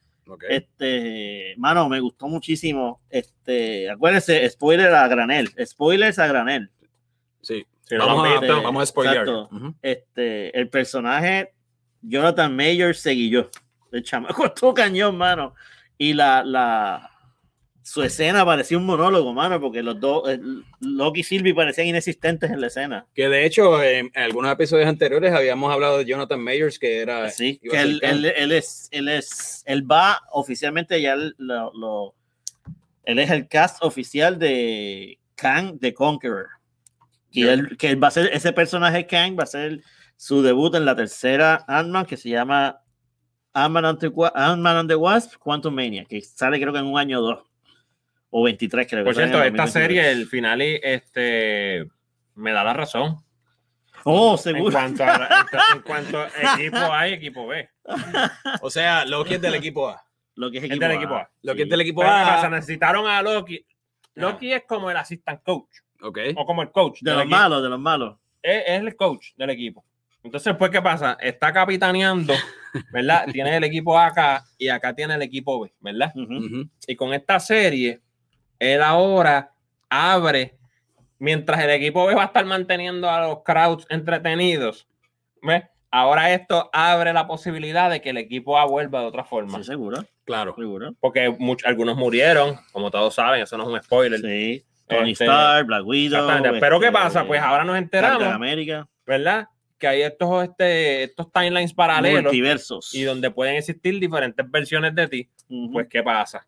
Speaker 4: Este, mano, me gustó muchísimo. Este, acuérdense, spoiler a granel, spoilers a granel.
Speaker 2: Sí.
Speaker 3: Si no
Speaker 2: Vamos,
Speaker 3: lo
Speaker 2: a,
Speaker 3: han visto,
Speaker 4: este,
Speaker 2: vamos a spoilear.
Speaker 4: exacto.
Speaker 2: Ujú.
Speaker 4: Este, el personaje Jonathan Mayer seguí yo. El chamaco (laughs) estuvo cañón, mano. Y la, la, su escena parecía un monólogo, mano, porque los dos, eh, Loki y Sylvie parecían inexistentes en la escena.
Speaker 2: Que de hecho, en algunos episodios anteriores habíamos hablado de Jonathan Mayers, que era.
Speaker 4: Así
Speaker 2: iba
Speaker 4: que
Speaker 2: a ser
Speaker 4: él,
Speaker 2: Kang.
Speaker 4: él- él es, él es, él va oficialmente ya él lo, lo- él es el cast oficial de Kang the Conqueror. Y él, que él va a ser, ese personaje Kang va a ser su debut en la tercera Ant-Man que se llama Ant-Man and, the Wa- Ant-Man and the Wasp Quantum Mania, que sale creo que en un año o dos, o 23 creo. que
Speaker 3: Por
Speaker 4: sale en
Speaker 3: cierto,
Speaker 4: el
Speaker 3: esta
Speaker 4: 2023.
Speaker 3: serie, el final, este, me da la razón.
Speaker 4: Oh,
Speaker 3: En
Speaker 4: seguro.
Speaker 3: cuanto, a, en cu- en
Speaker 4: (laughs)
Speaker 3: cuanto a equipo A y equipo B.
Speaker 2: O sea, Loki es del equipo A.
Speaker 4: Lo que es
Speaker 3: El del equipo A.
Speaker 2: Loki es del equipo
Speaker 3: Pero ¿qué pasa?
Speaker 2: A. Ah.
Speaker 3: Necesitaron a Loki. Loki es como el assistant coach
Speaker 2: Ok.
Speaker 3: o como el coach.
Speaker 4: De
Speaker 3: del
Speaker 4: los
Speaker 3: equipo.
Speaker 4: malos, de los malos.
Speaker 3: es, es el coach del equipo. Entonces, pues, ¿qué pasa? Está capitaneando,
Speaker 4: (laughs)
Speaker 3: ¿verdad? tiene el equipo A acá y acá tiene el equipo B, ¿verdad?
Speaker 4: Ujú.
Speaker 2: Ujú.
Speaker 3: Y con esta serie, él ahora abre, mientras el equipo B va a estar manteniendo a los crowds entretenidos, ¿ves? Ahora esto abre la posibilidad de que el equipo A vuelva de otra forma.
Speaker 4: Sí, seguro,
Speaker 2: Claro.
Speaker 4: seguro.
Speaker 3: Porque much- algunos murieron, como todos saben, eso no es un spoiler.
Speaker 4: Sí. Tony
Speaker 3: Este,
Speaker 4: Stark, Black Widow.
Speaker 3: Exactamente. Pero ¿qué
Speaker 4: este,
Speaker 3: pasa? Pues ahora nos
Speaker 4: Capitán
Speaker 3: enteramos,
Speaker 4: América,
Speaker 3: ¿verdad? Que hay estos, este, estos timelines paralelos
Speaker 4: multiversos.
Speaker 3: y donde pueden existir diferentes versiones de ti.
Speaker 4: Ujú.
Speaker 3: Pues, ¿qué pasa?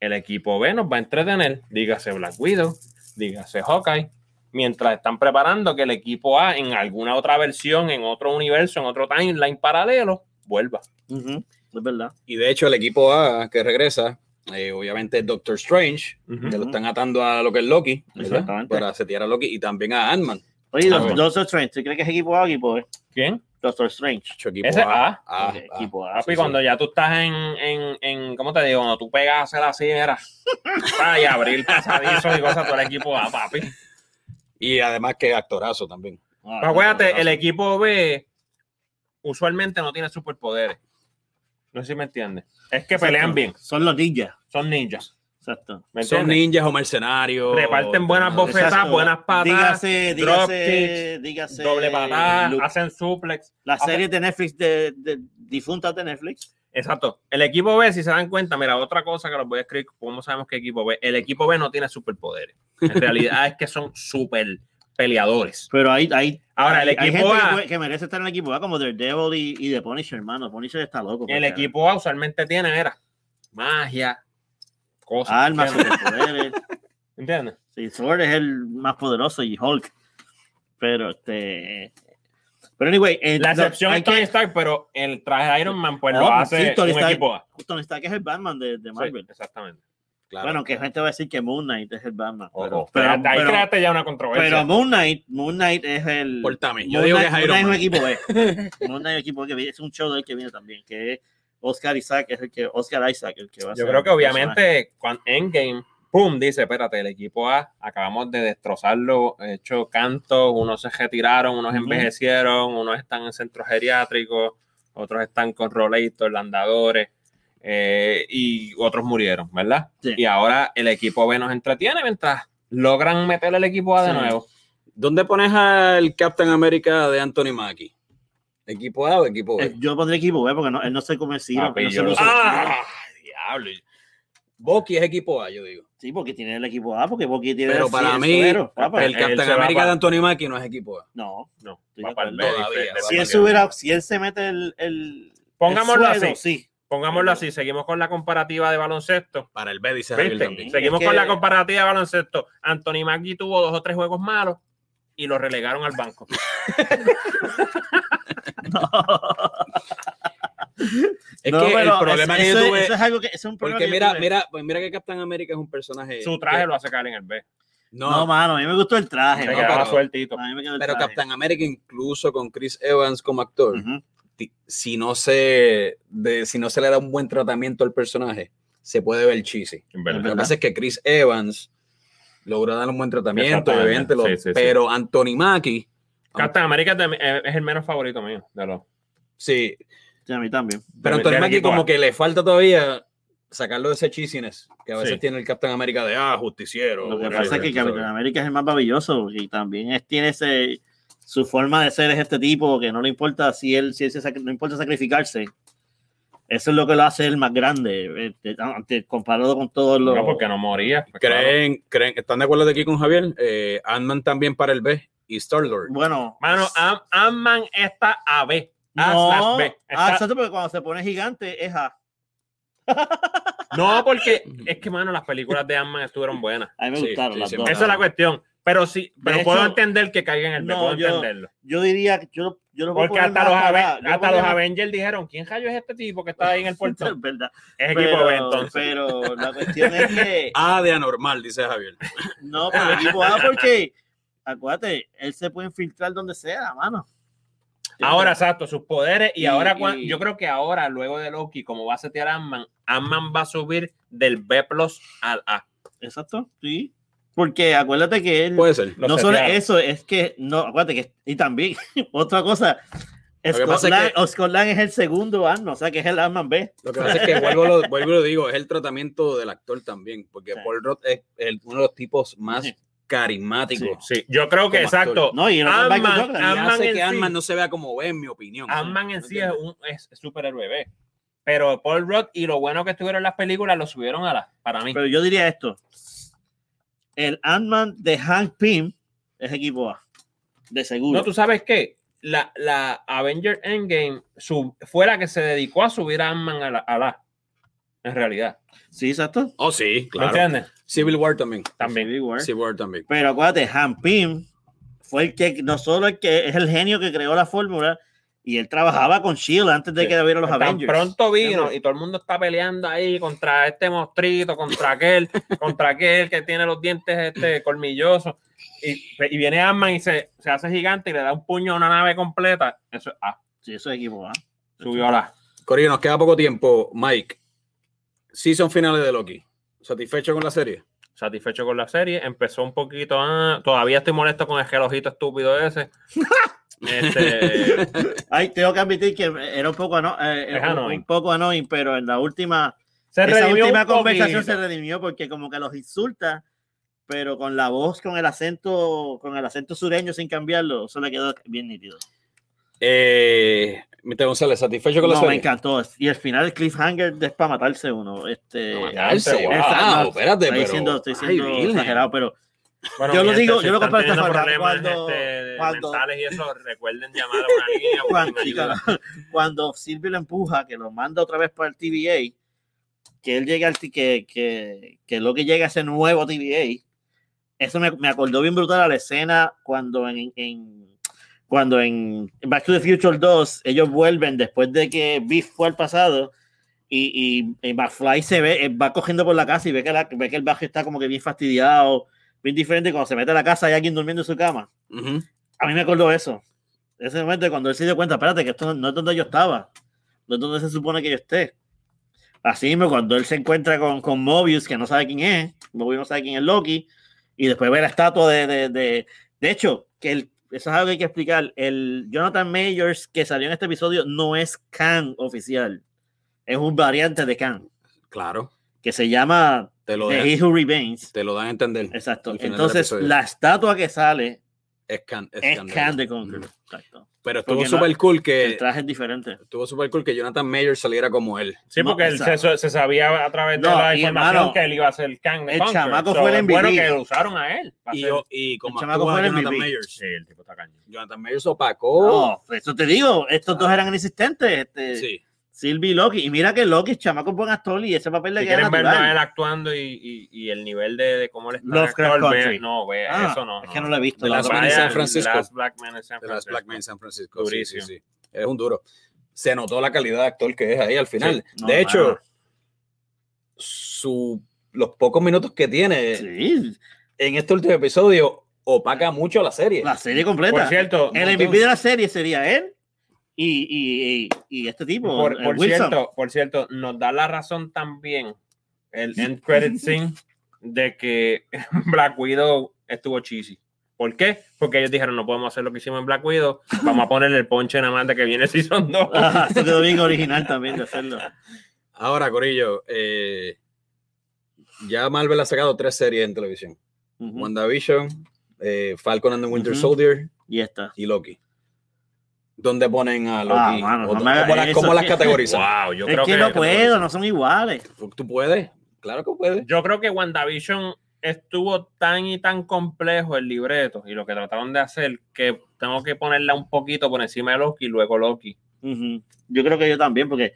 Speaker 3: El equipo B nos va a entretener, dígase Black Widow, dígase Hawkeye, mientras están preparando que el equipo A en alguna otra versión, en otro universo, en otro timeline paralelo, vuelva.
Speaker 4: Ujú, Es verdad.
Speaker 2: Y de hecho, el equipo A que regresa, eh, obviamente es Doctor Strange, que lo
Speaker 4: Ujú.
Speaker 2: están atando a lo que es Loki, ¿verdad?
Speaker 4: Exactamente.
Speaker 2: para setear a Loki y también a Ant-Man.
Speaker 4: Oye,
Speaker 3: Ah,
Speaker 4: Do-
Speaker 3: bueno.
Speaker 4: Doctor Strange, ¿tú crees que es equipo A o equipo B?
Speaker 3: ¿Quién?
Speaker 4: Doctor Strange.
Speaker 2: Su equipo
Speaker 3: Ese
Speaker 2: A.
Speaker 3: A.
Speaker 2: A,
Speaker 4: Ok,
Speaker 2: A.
Speaker 4: Equipo A.
Speaker 3: Papi,
Speaker 4: sí,
Speaker 3: cuando
Speaker 4: sí.
Speaker 3: ya tú estás en, en, en- ¿cómo te digo? Cuando tú pegas a hacer así, (laughs) era, pa, y abrir pasadizos y cosas todo el equipo A, papi.
Speaker 2: Y además que actorazo también.
Speaker 4: Ah,
Speaker 3: Pero pues, acuérdate, el equipo B usualmente no tiene superpoderes. No sé si me entiendes. Es que
Speaker 4: exacto.
Speaker 3: pelean bien,
Speaker 4: Son los ninjas.
Speaker 3: son ninjas.
Speaker 4: Exacto.
Speaker 3: ¿Me
Speaker 2: Son
Speaker 3: entiendes?
Speaker 2: ninjas o mercenarios.
Speaker 3: Reparten buenas
Speaker 2: Madre.
Speaker 3: bofetadas,
Speaker 4: Exacto.
Speaker 3: buenas patas,
Speaker 4: Dígase,
Speaker 3: drop
Speaker 4: dígase, dígase.
Speaker 3: Doble patada,
Speaker 4: Luke.
Speaker 3: hacen suplex.
Speaker 4: La serie de Netflix, de, de, difuntas de Netflix.
Speaker 3: Exacto. El equipo B, si se dan cuenta, mira, otra cosa que los voy a escribir, ¿cómo sabemos que equipo B? El equipo B no tiene superpoderes. En realidad (laughs) es que son super peleadores.
Speaker 4: Pero hay, hay,
Speaker 3: Ahora, el
Speaker 4: hay- hay
Speaker 3: equipo
Speaker 4: gente que
Speaker 3: A,
Speaker 4: puede- que, merece estar en el equipo A, como Daredevil y, y The Punisher, hermano. Punisher está loco.
Speaker 3: el
Speaker 4: porque-
Speaker 3: equipo A usualmente tiene, mira, magia, cosas.
Speaker 4: Armas,
Speaker 3: ¿entiendes?
Speaker 4: (laughs) superpoderes.
Speaker 3: ¿Entiendes?
Speaker 4: Sí, Thor es el más poderoso y Hulk. Pero este. Pero anyway, eh,
Speaker 3: La
Speaker 4: no,
Speaker 3: excepción
Speaker 4: hay
Speaker 3: es Tony
Speaker 4: que-
Speaker 3: Stark, pero el traje de Iron Man, pues
Speaker 4: Ah,
Speaker 3: lo
Speaker 4: bueno,
Speaker 3: hace
Speaker 4: sí, Tony
Speaker 3: un
Speaker 4: Stark.
Speaker 3: equipo A.
Speaker 4: Tony Stark es el Batman de, de
Speaker 3: Sí,
Speaker 4: Marvel.
Speaker 3: exactamente.
Speaker 2: Claro.
Speaker 4: Bueno, que gente va a decir que Moon Knight es el Batman.
Speaker 3: Ojo.
Speaker 4: pero-
Speaker 3: Espérate, ahí
Speaker 4: pero-
Speaker 3: créate ya una controversia.
Speaker 4: Pero Moon Knight, Moon Knight es el.
Speaker 2: Córtame. Yo
Speaker 4: Moon
Speaker 2: digo que
Speaker 4: Knight-
Speaker 2: es Iron
Speaker 4: Moon
Speaker 2: Man.
Speaker 4: Knight es un equipo B. (laughs) Moon Knight es un equipo que viene, es un show de él que viene también, que es Oscar Isaac, es el que Oscar Isaac, el que va a
Speaker 3: Yo
Speaker 4: ser
Speaker 3: creo que
Speaker 4: el personaje.
Speaker 3: obviamente cuando Endgame ¡pum! Dice, espérate, el equipo A, acabamos de destrozarlo, hecho cantos, unos se retiraron, unos
Speaker 4: Ujú.
Speaker 3: envejecieron, unos están en centros geriátricos, otros están con roleitos, landadores, eh, y otros murieron, ¿verdad?
Speaker 4: Sí.
Speaker 3: Y ahora el equipo B nos entretiene mientras logran meter al equipo A de
Speaker 4: Sí.
Speaker 3: nuevo.
Speaker 2: ¿Dónde pones al Captain America de Anthony Mackie? ¿Equipo A o equipo
Speaker 4: Eh,
Speaker 2: B?
Speaker 4: Yo pondría equipo B porque no, él no se convencido.
Speaker 3: Papi,
Speaker 4: no se
Speaker 3: yo lo-
Speaker 4: puso-
Speaker 2: ¡Ah! Diablo. Boki es equipo A, yo digo.
Speaker 4: Sí, porque tiene el equipo A, porque Boqui tiene
Speaker 2: Pero
Speaker 4: el-
Speaker 2: para
Speaker 4: el
Speaker 2: mí,
Speaker 4: suero, papá.
Speaker 2: El
Speaker 3: él se
Speaker 2: Captain
Speaker 3: va
Speaker 2: America
Speaker 3: pa-
Speaker 2: de Anthony Mackie no es equipo A.
Speaker 4: No.
Speaker 3: No,
Speaker 4: Estoy
Speaker 3: va
Speaker 4: de
Speaker 3: para el B,
Speaker 2: acuerdo.
Speaker 3: de- de- de-
Speaker 4: Si él,
Speaker 2: Todavía, va para
Speaker 3: de-
Speaker 2: el B.
Speaker 4: subiera, si él se mete el. el
Speaker 3: Pongámoslo
Speaker 4: el suero,
Speaker 3: así,
Speaker 4: Sí.
Speaker 3: pongámoslo así, seguimos con la comparativa de baloncesto.
Speaker 2: Para el B dice Javier
Speaker 3: ¿Viste?
Speaker 2: también.
Speaker 3: Seguimos
Speaker 4: Es que-
Speaker 3: con la comparativa de baloncesto. Anthony Mackie tuvo dos o tres juegos malos y lo relegaron al banco.
Speaker 2: Es
Speaker 4: No,
Speaker 2: que el
Speaker 4: pero
Speaker 2: problema
Speaker 4: es-
Speaker 2: que yo
Speaker 4: eso,
Speaker 2: tuve...
Speaker 4: eso es algo que es un problema.
Speaker 2: Porque
Speaker 4: que yo
Speaker 2: mira,
Speaker 4: tuve.
Speaker 2: mira, pues mira que Captain América es un personaje.
Speaker 3: Su traje lo hace caer en el B.
Speaker 2: No,
Speaker 4: No, mano, a mí me gustó el traje.
Speaker 3: Se
Speaker 2: no,
Speaker 4: ¿no? Ah,
Speaker 3: quedaba
Speaker 2: pero-
Speaker 3: sueltito.
Speaker 4: A mí me quedó el
Speaker 2: pero
Speaker 4: traje.
Speaker 2: Captain América incluso con Chris Evans como actor,
Speaker 4: Ujú.
Speaker 2: ti- si no se de- si no se le da un buen tratamiento al personaje, se puede ver cheesy.
Speaker 3: en verdad.
Speaker 4: Es
Speaker 2: Lo que
Speaker 4: verdad.
Speaker 2: pasa es que Chris Evans logra dar un buen tratamiento,
Speaker 3: Exactamente.
Speaker 2: obviamente, lo-
Speaker 3: Sí, sí, sí.
Speaker 2: pero Anthony Mackie,
Speaker 3: Captain America es de- eh, es es el menos favorito mío. De los,
Speaker 2: sí,
Speaker 4: Sí, a mí también.
Speaker 2: pero
Speaker 3: del- del
Speaker 2: Anthony Mackie
Speaker 3: equipo
Speaker 2: como
Speaker 3: A.
Speaker 2: que le falta todavía sacarlo de ese cheesiness que a veces
Speaker 3: Sí.
Speaker 2: tiene el Captain América de ah, justiciero.
Speaker 4: Lo que
Speaker 2: whatever,
Speaker 4: pasa es que
Speaker 2: tú sabes.
Speaker 4: Capitán América es el más maravilloso y también es- tiene ese su forma de ser es este tipo que no le importa si él si él se sac- no importa sacrificarse. Eso es lo que lo hace el más grande este, ante- comparado con todos los
Speaker 3: No, porque no moría. pues, claro.
Speaker 2: ¿Creen, creen, ¿Están de acuerdo de aquí con Javier? Eh, Ant-Man también para el B y Star-Lord.
Speaker 4: bueno,
Speaker 3: Mano, Am- Ant-Man está a B. A slash
Speaker 4: no,
Speaker 3: B.
Speaker 4: ah,
Speaker 3: Está-
Speaker 4: exacto, porque cuando se pone gigante es A.
Speaker 3: no,
Speaker 4: (laughs)
Speaker 3: porque es que, mano, las películas de Ant-Man estuvieron buenas.
Speaker 4: A mí me
Speaker 2: Sí,
Speaker 4: gustaron
Speaker 2: sí,
Speaker 4: las
Speaker 2: sí,
Speaker 4: dos.
Speaker 2: me-
Speaker 3: Esa es la cuestión. Pero sí, pero
Speaker 4: De
Speaker 3: puedo
Speaker 4: hecho,
Speaker 3: entender que caiga en el B.
Speaker 4: no,
Speaker 3: puedo
Speaker 4: yo-
Speaker 3: entenderlo.
Speaker 4: Yo diría que yo, lo- yo lo voy a
Speaker 3: Porque
Speaker 4: poner
Speaker 3: hasta los,
Speaker 4: más para-
Speaker 3: Aven-
Speaker 4: yo lo
Speaker 3: hasta
Speaker 4: voy
Speaker 3: los
Speaker 4: a- (laughs)
Speaker 3: Avengers dijeron: ¿Quién rayo es este tipo que está ahí en el puerto?
Speaker 4: Es verdad.
Speaker 3: Es equipo
Speaker 4: Pero,
Speaker 3: B, entonces.
Speaker 4: pero la cuestión es que
Speaker 2: A de anormal, dice Javier.
Speaker 4: No, pero equipo A porque, acuérdate, él se puede infiltrar donde sea, mano.
Speaker 3: Ahora, exacto, sus poderes. Y,
Speaker 4: Y-
Speaker 3: ahora, cua-
Speaker 4: y-
Speaker 3: yo creo que ahora, luego de Loki, como va a setear Ant-Man, Ant-Man va a subir del B plus al A.
Speaker 4: Exacto, sí. Porque acuérdate que él...
Speaker 2: Puede ser.
Speaker 3: Lo
Speaker 4: no solo
Speaker 3: setearon.
Speaker 4: eso, es que... No, acuérdate que... Y también, (laughs) otra cosa...
Speaker 2: Lo que pasa
Speaker 4: Scott
Speaker 2: es
Speaker 4: Lang,
Speaker 2: que-
Speaker 4: o Scott Lang es el segundo arma, o sea que es el arma B.
Speaker 2: Lo que pasa es que vuelvo, lo, vuelvo y lo digo, es el tratamiento del actor también, porque
Speaker 4: Sí.
Speaker 2: Paul Roth es el- uno de los tipos más
Speaker 4: Sí.
Speaker 2: carismáticos.
Speaker 3: Sí, yo creo que
Speaker 2: Como actor.
Speaker 3: exacto.
Speaker 4: No, y el otro es Michael
Speaker 3: Ant-Man-
Speaker 4: Jordan.
Speaker 2: Y
Speaker 3: Ant-Man
Speaker 2: hace
Speaker 3: en
Speaker 2: que
Speaker 3: sí-
Speaker 2: Ant-Man no se vea como B, en mi opinión.
Speaker 3: Ant-Man en sí es
Speaker 2: ¿Entiendes?
Speaker 3: un es superhéroe B. Pero Paul Rudd y lo bueno que estuvieron las películas lo subieron a la, para mí.
Speaker 4: Pero yo diría esto. El Ant-Man de Hank Pym es equipo A. De seguro.
Speaker 3: No, tú sabes qué? La, la Avenger Endgame sub- fue la que se dedicó a subir a Ant-Man a la, a la. En realidad.
Speaker 4: Sí, exacto.
Speaker 2: Oh, sí,
Speaker 3: ¿Me
Speaker 2: claro.
Speaker 3: entiendes?
Speaker 2: Civil War también.
Speaker 3: También.
Speaker 4: Civil War.
Speaker 2: Civil War también.
Speaker 4: Pero acuérdate, Han Pym fue el que, no solo el que es el genio que creó la fórmula, y él trabajaba con Shield antes de
Speaker 3: Sí.
Speaker 4: que hubiera los
Speaker 3: Tan
Speaker 4: Avengers.
Speaker 3: pronto vino
Speaker 4: ¿Entiendes?
Speaker 3: y todo el mundo está peleando ahí contra este monstruito, contra
Speaker 4: (laughs)
Speaker 3: aquel, contra aquel que tiene los dientes este colmillosos. Y, y viene Ant-Man y se, se hace gigante y le da un puño a una nave completa. Eso es A.
Speaker 4: Sí, eso es equipo A.
Speaker 3: Subió a la.
Speaker 2: Corillo, nos queda poco tiempo. Mike, season finales de Loki. ¿Satisfecho con la serie?
Speaker 3: Satisfecho con la serie. Empezó un poquito. ah, todavía estoy molesto con el relojito estúpido
Speaker 4: (laughs)
Speaker 3: ese. Este,
Speaker 4: Ay, tengo que admitir que era un poco, ano- eh,
Speaker 3: Es
Speaker 4: un-
Speaker 3: annoying.
Speaker 4: un poco annoying, pero en la última,
Speaker 3: se
Speaker 4: esa
Speaker 3: redimió
Speaker 4: última
Speaker 3: un
Speaker 4: conversación
Speaker 3: poquito.
Speaker 4: se redimió porque como que los insulta, pero con la voz, con el acento, con el acento sureño sin cambiarlo, eso le quedó bien nítido.
Speaker 2: Eh, Mr. González, ¿satisfecho con la
Speaker 4: No, me
Speaker 2: serie?
Speaker 4: encantó. Y el final, el cliffhanger es para matarse uno. Este,
Speaker 2: No,
Speaker 3: Ya,
Speaker 2: Darse,
Speaker 3: wow.
Speaker 2: Ah, wow,
Speaker 4: Exacto.
Speaker 2: espérate,
Speaker 4: estoy
Speaker 2: pero.
Speaker 4: siendo, estoy
Speaker 2: Ay,
Speaker 4: siendo
Speaker 2: virgen.
Speaker 4: exagerado, pero
Speaker 3: Bueno,
Speaker 4: Yo lo
Speaker 3: mi gente,
Speaker 4: digo-
Speaker 3: si
Speaker 4: yo lo
Speaker 3: están
Speaker 4: comparto
Speaker 3: teniendo
Speaker 4: esta frase,
Speaker 3: problemas,
Speaker 4: cuando-
Speaker 3: este,
Speaker 4: cuando-
Speaker 3: mentales y eso, recuerden llamar a una línea.
Speaker 4: (laughs) cuando,
Speaker 3: busquen ayuda.
Speaker 4: cuando Silvio lo empuja, que lo manda otra vez para el TVA, que él llega al T- que, que, que lo que llega a ese nuevo TVA, eso me, me acordó bien brutal a la escena cuando en, en- cuando en Back to the Future 2 ellos vuelven después de que Biff fue al pasado y, y, y McFly se ve, él va cogiendo por la casa y ve que, la- ve que el barrio está como que bien fastidiado, bien diferente. Cuando se mete a la casa hay alguien durmiendo en su cama.
Speaker 2: Ujú.
Speaker 4: A mí me acordó eso. Ese momento cuando él se dio cuenta, espérate, que esto no es donde yo estaba. No es donde se supone que yo esté. Así mismo, cuando él se encuentra con, con Mobius, que no sabe quién es, Mobius no sabe quién es Loki, y después ve la estatua de. De, de, de hecho, que el, eso es algo que hay que explicar. El Jonathan Majors que salió en este episodio no es Khan oficial, es un variante de Khan,
Speaker 2: Claro,
Speaker 4: que se llama
Speaker 2: te lo,
Speaker 4: The
Speaker 2: dejan-
Speaker 4: He Who Remains.
Speaker 2: te lo dan a entender.
Speaker 4: Exacto.
Speaker 2: al final del
Speaker 4: Entonces,
Speaker 2: episodio.
Speaker 4: la estatua que sale
Speaker 2: Es Khan. es
Speaker 4: es
Speaker 2: Khan de-
Speaker 4: Khan de Conqueror.
Speaker 2: Ujú.
Speaker 4: Exacto.
Speaker 2: Pero estuvo
Speaker 4: Porque no-
Speaker 2: súper cool que
Speaker 4: El traje es diferente.
Speaker 2: estuvo super cool que Jonathan Mayer saliera como él.
Speaker 3: Sí,
Speaker 4: No,
Speaker 3: porque él se, se sabía a través de
Speaker 4: No,
Speaker 3: la
Speaker 4: y
Speaker 3: información
Speaker 4: hermano,
Speaker 3: que él iba a ser Kang. de
Speaker 4: el
Speaker 3: Conqueror.
Speaker 4: chamaco fue el
Speaker 3: es Bueno,
Speaker 4: MVP.
Speaker 3: que lo usaron a él. para
Speaker 2: Y,
Speaker 3: ser-
Speaker 2: yo- y como
Speaker 4: chamaco
Speaker 2: actúa
Speaker 4: fue el
Speaker 2: Jonathan
Speaker 4: MVP.
Speaker 2: Mayer.
Speaker 3: Sí, el tipo está cañón.
Speaker 2: Jonathan Mayer sopacó.
Speaker 4: No, eso te digo, estos dos eran inexistentes, este,
Speaker 2: Sí.
Speaker 4: Sylvie y Loki. Y mira que Loki es chamaco es buen actor y ese papel le
Speaker 3: Si
Speaker 4: queda
Speaker 3: quieren verlo a él
Speaker 4: natural.
Speaker 3: actuando y, y, y el nivel de, de cómo él está.
Speaker 4: Lovecraft
Speaker 3: en ve-
Speaker 4: Country.
Speaker 3: no, ve,
Speaker 4: Ah,
Speaker 3: eso no.
Speaker 4: Es que no lo he visto.
Speaker 2: The
Speaker 4: la
Speaker 2: Last
Speaker 4: otra
Speaker 2: Man in
Speaker 4: vez.
Speaker 2: San Francisco.
Speaker 3: The Last Black Man en San
Speaker 2: De las
Speaker 3: Francisco.
Speaker 2: Black Men en San Francisco. Sí, sí,
Speaker 3: Durísimo.
Speaker 2: sí. Es un duro. Se notó la calidad de actor que es ahí al final.
Speaker 4: Sí. No,
Speaker 2: de hecho,
Speaker 4: mano.
Speaker 2: su, los pocos minutos que tiene
Speaker 4: Sí,
Speaker 2: en este último episodio opaca mucho la serie.
Speaker 4: la serie
Speaker 3: Por
Speaker 4: completa.
Speaker 3: cierto,
Speaker 4: El MVP de la serie sería él y, y- y- y este tipo.
Speaker 3: por,
Speaker 4: el
Speaker 3: por
Speaker 4: Wilson. (laughs)
Speaker 3: cierto, por cierto, nos da la razón también el end credit scene de que (laughs) Black Widow estuvo cheesy. ¿Por qué? Porque ellos dijeron, no podemos hacer lo que himos en Black Widow, vamos a ponerle el ponche nada más de que viene Season 2.
Speaker 4: Ajá, Ah, eso quedó bien original también de hacerlo.
Speaker 2: Ahora, Corillo, eh, ya Marvel ha sacado tres series en televisión.
Speaker 4: Ujú.
Speaker 2: WandaVision, eh, Falcon and the Winter
Speaker 4: Ujú.
Speaker 2: Soldier
Speaker 4: Y esta.
Speaker 2: y Loki. ¿Dónde ponen a Loki?
Speaker 4: Ah, mano,
Speaker 2: ¿O
Speaker 4: no
Speaker 2: do-
Speaker 4: me hagas
Speaker 2: ¿Cómo, las,
Speaker 4: eso.
Speaker 2: cómo
Speaker 4: (laughs)
Speaker 2: las categorizan?
Speaker 3: Wow, yo
Speaker 4: Es
Speaker 3: creo
Speaker 4: que
Speaker 3: que,
Speaker 4: no puedo, no son iguales.
Speaker 2: ¿Tú, tú puedes? Claro que puedes.
Speaker 3: Yo creo que WandaVision estuvo tan y tan complejo el libreto y lo que trataron de hacer que tengo que ponerla un poquito por encima de Loki y luego Loki.
Speaker 4: Ujú. Yo creo que yo también, porque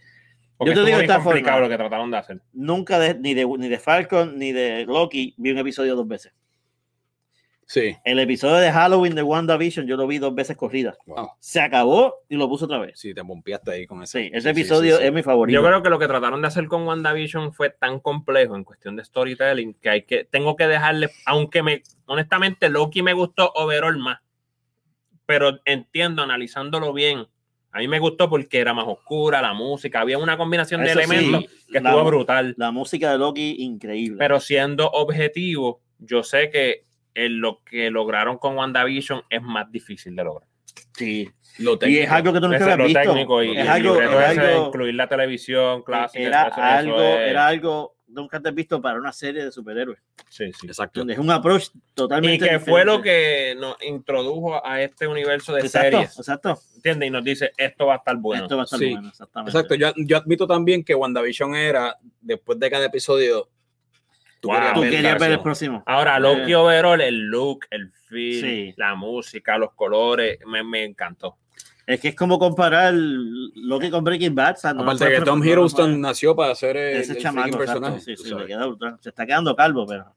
Speaker 3: Porque
Speaker 4: Yo te
Speaker 3: estuvo
Speaker 4: digo
Speaker 3: bien
Speaker 4: esta
Speaker 3: complicado
Speaker 4: forma.
Speaker 3: lo que trataron de hacer.
Speaker 4: nunca de- ni, de, ni de Falcon ni de Loki vi un episodio dos veces.
Speaker 2: Sí.
Speaker 4: El episodio de Halloween de WandaVision yo lo vi dos veces corrida.
Speaker 2: Wow.
Speaker 4: Se acabó y lo puse otra vez.
Speaker 2: Ah, Sí, te bompeaste ahí con ese.
Speaker 4: Sí, ese episodio
Speaker 2: sí, sí.
Speaker 4: es mi favorito.
Speaker 3: Yo creo que lo que trataron de hacer con WandaVision fue tan complejo en cuestión de storytelling que hay que tengo que dejarle, aunque me honestamente Loki me gustó overall más, pero entiendo analizándolo bien. A mí me gustó porque era más oscura, la música, había una combinación de
Speaker 4: Eso sí,
Speaker 3: elementos que
Speaker 4: la-
Speaker 3: estuvo brutal.
Speaker 4: La música de Loki, increíble.
Speaker 3: Pero siendo objetivo, yo sé que en lo que lograron con WandaVision es más difícil de lograr.
Speaker 4: sí.
Speaker 2: Lo
Speaker 4: Y
Speaker 2: técnico.
Speaker 4: es algo que tú nunca
Speaker 3: Ese es
Speaker 4: habías
Speaker 3: lo
Speaker 4: visto. Eh,
Speaker 3: técnico y,
Speaker 4: es
Speaker 3: y el
Speaker 4: algo,
Speaker 3: libreto
Speaker 4: es
Speaker 3: ese de
Speaker 4: algo-
Speaker 3: incluir la televisión clásica.
Speaker 4: era
Speaker 3: eso- eso
Speaker 4: algo,
Speaker 3: es-
Speaker 4: era algo nunca antes visto para una serie de superhéroes.
Speaker 3: sí, sí.
Speaker 2: Exacto.
Speaker 4: Donde es un approach
Speaker 3: Y
Speaker 4: totalmente
Speaker 3: que fue
Speaker 4: diferente.
Speaker 3: lo que nos introdujo a este universo de
Speaker 4: Exacto,
Speaker 3: series.
Speaker 4: exacto.
Speaker 3: ¿Entiendes? Y nos dice, esto va a estar bueno.
Speaker 4: Esto va a estar
Speaker 2: sí.
Speaker 4: bueno, exactamente.
Speaker 2: Exacto. Yo, yo admito también que WandaVision era, después de cada episodio, tú
Speaker 3: Wow.
Speaker 2: querías
Speaker 4: Tú
Speaker 2: ver la
Speaker 4: querías ver el
Speaker 2: acción.
Speaker 4: próximo.
Speaker 3: Ahora, Loki
Speaker 4: Eh.
Speaker 3: Overall, el look, el feel,
Speaker 4: Sí.
Speaker 3: la música, los colores, me, me encantó.
Speaker 4: Es que es como comparar Loki con Breaking Bad. o sea, no
Speaker 2: Aparte
Speaker 4: puedes
Speaker 2: que Tom
Speaker 4: preparar-
Speaker 2: Hiddleston nació para ser el,
Speaker 4: ese
Speaker 2: el
Speaker 4: chamaco,
Speaker 2: freaking
Speaker 4: exacto,
Speaker 2: personaje.
Speaker 4: sí,
Speaker 2: tú
Speaker 4: sí, le
Speaker 2: sabes.
Speaker 4: queda brutal. se está quedando calvo, pero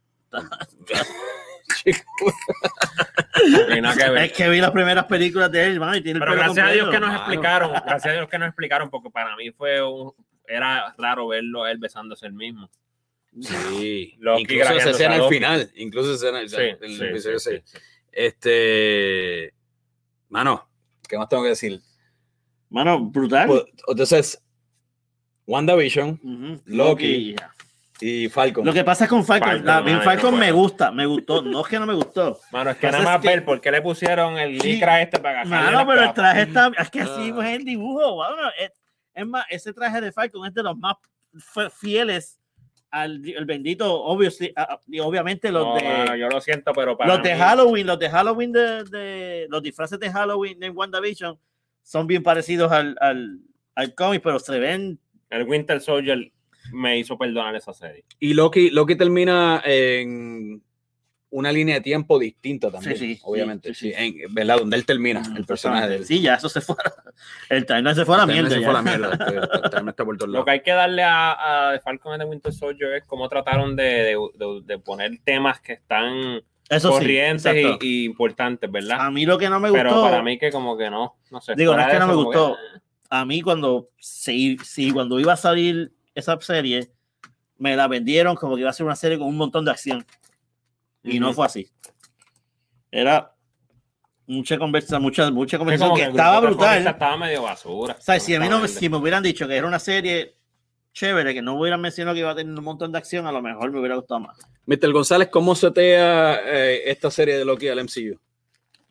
Speaker 3: Y nada
Speaker 4: (laughs)
Speaker 3: que ver.
Speaker 4: es que vi las primeras películas de él, hermano, y tiene el
Speaker 3: Pero
Speaker 4: pelo
Speaker 3: gracias a Dios que
Speaker 4: completo.
Speaker 3: nos
Speaker 2: mano.
Speaker 3: explicaron, gracias a Dios que nos explicaron, porque para mí fue un, era raro verlo él besándose el mismo.
Speaker 2: Sí.
Speaker 3: Loki
Speaker 2: incluso esa
Speaker 3: grajeándose
Speaker 2: escena
Speaker 3: a
Speaker 2: al
Speaker 3: Loki.
Speaker 2: final. Incluso esa escena al-
Speaker 3: Sí,
Speaker 2: el
Speaker 3: sí,
Speaker 2: episodio
Speaker 3: sí,
Speaker 2: seis.
Speaker 3: sí, sí.
Speaker 2: Este. Mano, ¿qué más tengo que decir?
Speaker 4: Mano, brutal.
Speaker 2: Pues, entonces, WandaVision
Speaker 4: Ujú.
Speaker 2: Loki. y Falcon.
Speaker 4: Lo que pasa es con Falcon.
Speaker 3: Falcon,
Speaker 4: la- bien,
Speaker 3: ay,
Speaker 4: Falcon
Speaker 3: no
Speaker 4: me
Speaker 3: puedo.
Speaker 4: gusta, me gustó. No es que no me
Speaker 3: (laughs)
Speaker 4: gustó.
Speaker 3: Mano, es que
Speaker 4: Pasa
Speaker 3: nada más
Speaker 4: es que-
Speaker 3: ver por qué le pusieron el
Speaker 4: Sí.
Speaker 3: licra este para que saliera
Speaker 4: Mano, pero el
Speaker 3: acá.
Speaker 4: traje está. Es que así
Speaker 2: Ah.
Speaker 4: pues, es el dibujo. mano. Es, es más, ese traje de Falcon es de los más f- fieles al di- el bendito, obviously, a- a- y obviamente los
Speaker 3: No,
Speaker 4: de.
Speaker 3: mano, yo lo siento, pero para
Speaker 4: los de
Speaker 3: mí-
Speaker 4: Halloween, los de Halloween de, de- los disfraces de Halloween en WandaVision son bien parecidos al, al, al cómic, pero se ven
Speaker 3: el Winter Soldier me hizo perdonar esa serie.
Speaker 2: Y Loki, Loki termina en una línea de tiempo distinta también,
Speaker 4: Sí, sí,
Speaker 2: obviamente.
Speaker 4: sí, sí,
Speaker 2: Sí, en- ¿Verdad? Donde él termina, el personaje de él.
Speaker 4: Sí, ya eso se fue. a- El timeline se fue a la mierda.
Speaker 2: Se
Speaker 4: ya.
Speaker 2: fue a la mierda. este, este timeline está por todos
Speaker 3: Lo
Speaker 2: lados.
Speaker 3: que hay que darle a, a Falcon and the Winter Soldier es cómo trataron de, de- de- de poner temas que están
Speaker 4: Eso sí,
Speaker 3: corrientes y-
Speaker 4: exacto.
Speaker 3: y, importantes, ¿verdad?
Speaker 4: a mí lo que no me
Speaker 3: pero
Speaker 4: gustó,
Speaker 3: para mí que como que no, no sé.
Speaker 4: Digo, no
Speaker 3: fuera
Speaker 4: es que
Speaker 3: de
Speaker 4: no me
Speaker 3: eso, como
Speaker 4: gustó. a mí cuando sí, sí, cuando iba a salir esa serie, me la vendieron como que iba a ser una serie con un montón de acción. Y no
Speaker 3: Ujú.
Speaker 4: fue así. Era mucha conversa, mucha, mucha
Speaker 3: que-
Speaker 4: conversación
Speaker 3: como
Speaker 4: que
Speaker 3: el
Speaker 4: estaba
Speaker 3: grupo protagonista
Speaker 4: brutal.
Speaker 3: Estaba medio basura.
Speaker 4: O sea, si a mí no me,
Speaker 3: honestamente.
Speaker 4: si me hubieran dicho que era una serie chévere, que no hubieran mencionado que iba a tener un montón de acción, a lo mejor me hubiera gustado más.
Speaker 2: Mr. González, ¿cómo setea eh, esta serie de Loki al MCU?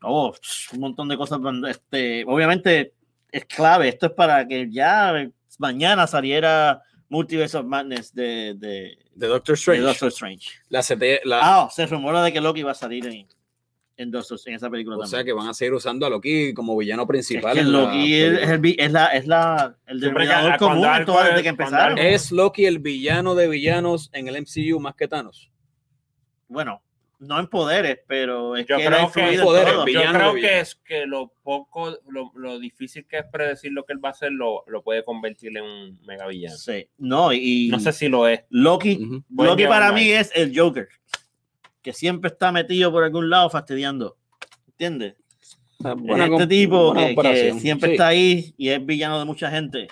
Speaker 4: Oh, psh, un montón de cosas. Este, obviamente es clave. Esto es para que ya mañana saliera Multiverse of Madness de, de,
Speaker 2: De Doctor
Speaker 4: de
Speaker 2: Strange.
Speaker 4: Doctor Strange.
Speaker 2: La setea- la-
Speaker 4: Ah, se rumora de que Loki va a salir en, en, Doctor- en esa película
Speaker 2: o sea
Speaker 4: también.
Speaker 2: que van a seguir usando a Loki como villano
Speaker 4: Es
Speaker 2: principal.
Speaker 4: que
Speaker 2: en la
Speaker 4: Loki es, es
Speaker 2: película.
Speaker 4: el, vi- es la, es la, el
Speaker 3: Siempre que-
Speaker 4: denominador común
Speaker 3: cuando
Speaker 4: en
Speaker 3: algo
Speaker 4: todas desde
Speaker 3: es-
Speaker 4: que
Speaker 3: cuando
Speaker 4: empezaron.
Speaker 3: algo-
Speaker 2: ¿Es Loki el villano de villanos en el MCU más que Thanos?
Speaker 4: bueno, no en poderes, pero es
Speaker 3: Yo
Speaker 4: que él ha
Speaker 3: creo que,
Speaker 4: influido en
Speaker 2: Poderes,
Speaker 4: todo.
Speaker 3: yo
Speaker 2: villano,
Speaker 3: creo
Speaker 2: villano.
Speaker 3: que es que lo poco, lo, lo difícil que es predecir lo que él va a hacer, lo, lo puede convertir en un mega villano.
Speaker 4: Sí, no, y
Speaker 3: No sé si lo es.
Speaker 4: Loki,
Speaker 2: Ujú.
Speaker 3: Pueden
Speaker 4: Loki para
Speaker 3: llevarlo
Speaker 4: mí
Speaker 3: ahí.
Speaker 4: es el Joker, que siempre está metido por algún lado fastidiando. ¿Entiendes?
Speaker 2: Buena
Speaker 4: este
Speaker 2: comp-
Speaker 4: tipo
Speaker 2: buena
Speaker 4: que- que,
Speaker 2: comparación.
Speaker 4: siempre
Speaker 2: Sí.
Speaker 4: está ahí y es villano de mucha gente.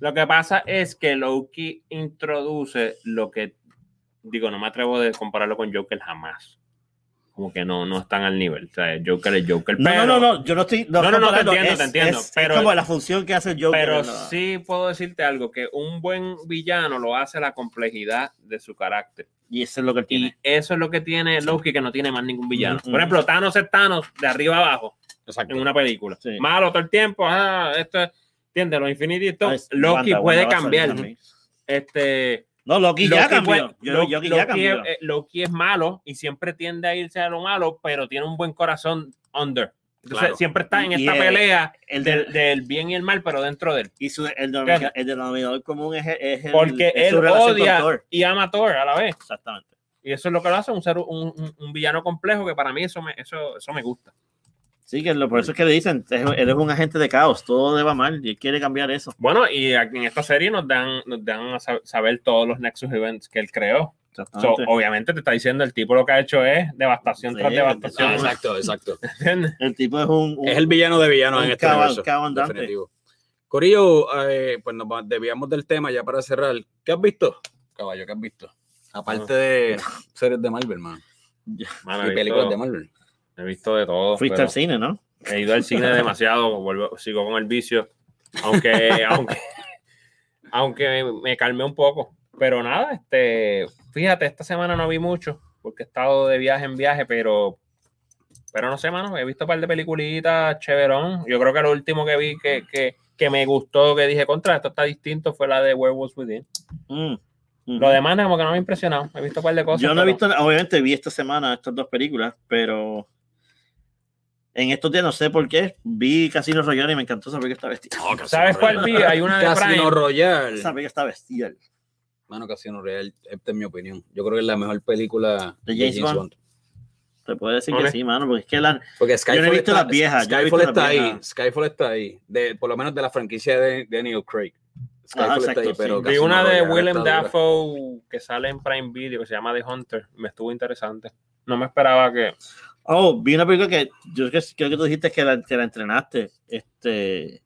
Speaker 3: Lo que pasa es que Loki introduce lo que, digo, no me atrevo de compararlo con Joker jamás. Como que no, no están al nivel. O sea, Joker es Joker.
Speaker 4: No,
Speaker 3: pero,
Speaker 4: no, no, no, yo no estoy.
Speaker 3: No, no, no, te
Speaker 4: comparando,
Speaker 3: entiendo,
Speaker 4: es-
Speaker 3: te entiendo,
Speaker 4: es- es
Speaker 3: pero-
Speaker 4: como la función que hace el Joker.
Speaker 3: Pero
Speaker 4: en la-
Speaker 3: sí puedo decirte algo, que un buen villano lo hace la complejidad de su carácter.
Speaker 4: Y eso es lo que él
Speaker 3: Y
Speaker 4: tiene.
Speaker 3: eso es lo que tiene Loki, que no tiene más ningún villano.
Speaker 4: Mm, mm.
Speaker 3: Por ejemplo, Thanos es Thanos de arriba abajo
Speaker 2: Exacto. Ah,
Speaker 3: en una película.
Speaker 4: Sí.
Speaker 3: Malo todo el tiempo, ah, esto es, ¿entiendes? Los infinitos.
Speaker 4: Ah, es-
Speaker 3: Loki
Speaker 4: Wanda,
Speaker 3: puede
Speaker 4: Wanda va a salir
Speaker 3: cambiar.
Speaker 4: también.
Speaker 3: Este,
Speaker 4: No, Loki, ya cambió.
Speaker 3: puede-
Speaker 4: Yo-
Speaker 3: Loki-
Speaker 4: Loki ya
Speaker 3: Loki es-
Speaker 4: cambió.
Speaker 3: eh, Loki es malo y siempre tiende a irse a lo malo, pero tiene un buen corazón under. Entonces
Speaker 2: Claro.
Speaker 3: siempre está en
Speaker 4: Y- y
Speaker 3: esta
Speaker 4: el-
Speaker 3: pelea
Speaker 4: El de-
Speaker 3: del, del bien y el mal, pero dentro de él.
Speaker 4: Y su, el, denominador, el denominador común es, el- es el.
Speaker 3: Porque
Speaker 4: es su
Speaker 3: él
Speaker 4: relación con
Speaker 3: odia
Speaker 4: Thor.
Speaker 3: y ama a Thor a la vez.
Speaker 4: Exactamente.
Speaker 3: Y eso es lo que lo hace un, ser, un, un- un villano complejo que para mí eso me, eso, eso me gusta.
Speaker 4: Sí, que lo, por eso es que le dicen, es- él es un agente de caos, todo le va mal y él quiere cambiar eso.
Speaker 3: Bueno, y aquí en esta serie nos dan, nos dan a sa- saber todos los Nexus Events que él creó. So,
Speaker 4: Exactamente.
Speaker 3: obviamente te está diciendo el tipo lo que ha hecho es devastación
Speaker 4: Ah, Sí,
Speaker 3: tras
Speaker 2: Ah,
Speaker 3: devastación.
Speaker 2: exacto, exacto.
Speaker 3: ¿entiendes?
Speaker 4: el tipo es un, un-
Speaker 2: Es el villano de villanos
Speaker 4: un
Speaker 2: en este
Speaker 4: cabo-
Speaker 2: universo.
Speaker 4: cabo andante.
Speaker 2: definitivo. Corillo, eh, pues nos va- desviamos del tema ya para cerrar. ¿Qué has visto? Caballo, ¿qué has visto? Aparte de (laughs) series de Marvel, man.
Speaker 3: Mano,
Speaker 2: Y
Speaker 3: Ah, he,
Speaker 2: películas de
Speaker 3: visto,
Speaker 2: Marvel.
Speaker 3: he visto de todo.
Speaker 4: fuiste
Speaker 3: pero
Speaker 4: al cine, ¿no?
Speaker 3: He ido al
Speaker 4: (laughs)
Speaker 3: cine demasiado, vuelvo- sigo con el vicio.
Speaker 4: (laughs)
Speaker 3: Aunque, aunque, aunque me, me calmé un poco. Pero nada, este, fíjate, esta semana no vi mucho, porque he estado de viaje en viaje, pero, pero no sé, mano, he visto un par de peliculitas, chéverón. Yo creo que lo último que vi que, que, que me gustó, que dije, contra, esto está distinto, fue la de Werewolves Within.
Speaker 4: Mm. Ujú.
Speaker 3: Lo demás, no, como que no me ha impresionado. He visto un par de cosas.
Speaker 4: Yo no he
Speaker 3: pero-
Speaker 4: visto, obviamente vi esta semana estas dos películas, pero en estos días no sé por qué, vi Casino Royale y me encantó saber que está vestida.
Speaker 3: ¿Sabes cuál vi? Hay una de Prime.
Speaker 2: Casino Royale.
Speaker 4: Saber que está vestida.
Speaker 2: Mano, Casino Royale, esta es mi opinión. Yo creo que es la mejor película
Speaker 4: De James Bond. Se puede decir que
Speaker 3: Ok.
Speaker 4: sí, mano, porque es que la,
Speaker 2: Porque Skyfall
Speaker 4: he visto
Speaker 2: está,
Speaker 4: las viejas, yo no he
Speaker 2: Skyfall
Speaker 4: visto
Speaker 2: está
Speaker 4: las
Speaker 2: ahí.
Speaker 4: viejas.
Speaker 2: Skyfall está ahí. De, por lo menos de la franquicia de Daniel Craig. Skyfall
Speaker 4: Ajá,
Speaker 2: está ahí,
Speaker 4: exacto,
Speaker 2: pero
Speaker 4: sí.
Speaker 3: Vi
Speaker 2: Casino
Speaker 3: una de
Speaker 2: Royale
Speaker 3: Willem
Speaker 2: está dura.
Speaker 3: Dafoe que sale en Prime Video que se llama The Hunter. Me estuvo interesante. No me esperaba que.
Speaker 4: Oh, vi una película que yo creo que- creo que tú dijiste que la, que la entrenaste. Este.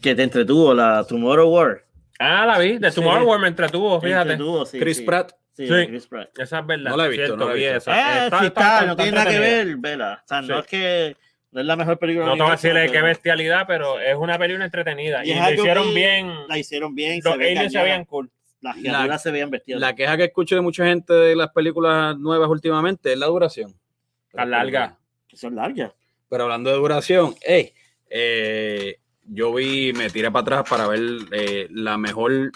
Speaker 4: Que te entretuvo, la Tomorrow War.
Speaker 3: Ah, la vi. De
Speaker 4: Sí.
Speaker 3: Tomorrow War me entretuvo,
Speaker 4: Te
Speaker 3: fíjate.
Speaker 4: entretuvo, sí,
Speaker 2: Chris
Speaker 4: sí.
Speaker 2: Pratt.
Speaker 4: Sí,
Speaker 3: Sí.
Speaker 4: Chris Pratt.
Speaker 3: Esa es verdad.
Speaker 2: No la he visto,
Speaker 3: cierto,
Speaker 2: no la he
Speaker 3: vi
Speaker 2: visto.
Speaker 3: esa.
Speaker 4: Eh,
Speaker 3: Está- está-
Speaker 4: sí, está,
Speaker 3: está
Speaker 4: no tiene nada que
Speaker 3: entretenida.
Speaker 4: ver, vela. O sea, no
Speaker 3: Sí.
Speaker 4: es que no es la mejor película.
Speaker 3: No
Speaker 4: del
Speaker 3: te voy a
Speaker 4: universo,
Speaker 3: decirle qué
Speaker 4: pero
Speaker 3: bestialidad, pero es una película entretenida.
Speaker 4: Y
Speaker 3: Y,
Speaker 4: es
Speaker 3: lo
Speaker 4: algo
Speaker 3: hicieron
Speaker 4: que-
Speaker 3: bien.
Speaker 4: La hicieron bien.
Speaker 3: Los
Speaker 4: se ve
Speaker 3: aliens se
Speaker 4: cañona,
Speaker 3: veían cool.
Speaker 4: Las criaturas
Speaker 2: La-
Speaker 4: se veían vestidas.
Speaker 2: La queja que escucho de mucha gente de las películas nuevas últimamente es la duración.
Speaker 3: Tan larga. (laughs)
Speaker 4: Son largas.
Speaker 2: Pero hablando de duración, hey, eh, yo vi, me tiré para atrás para ver eh, la mejor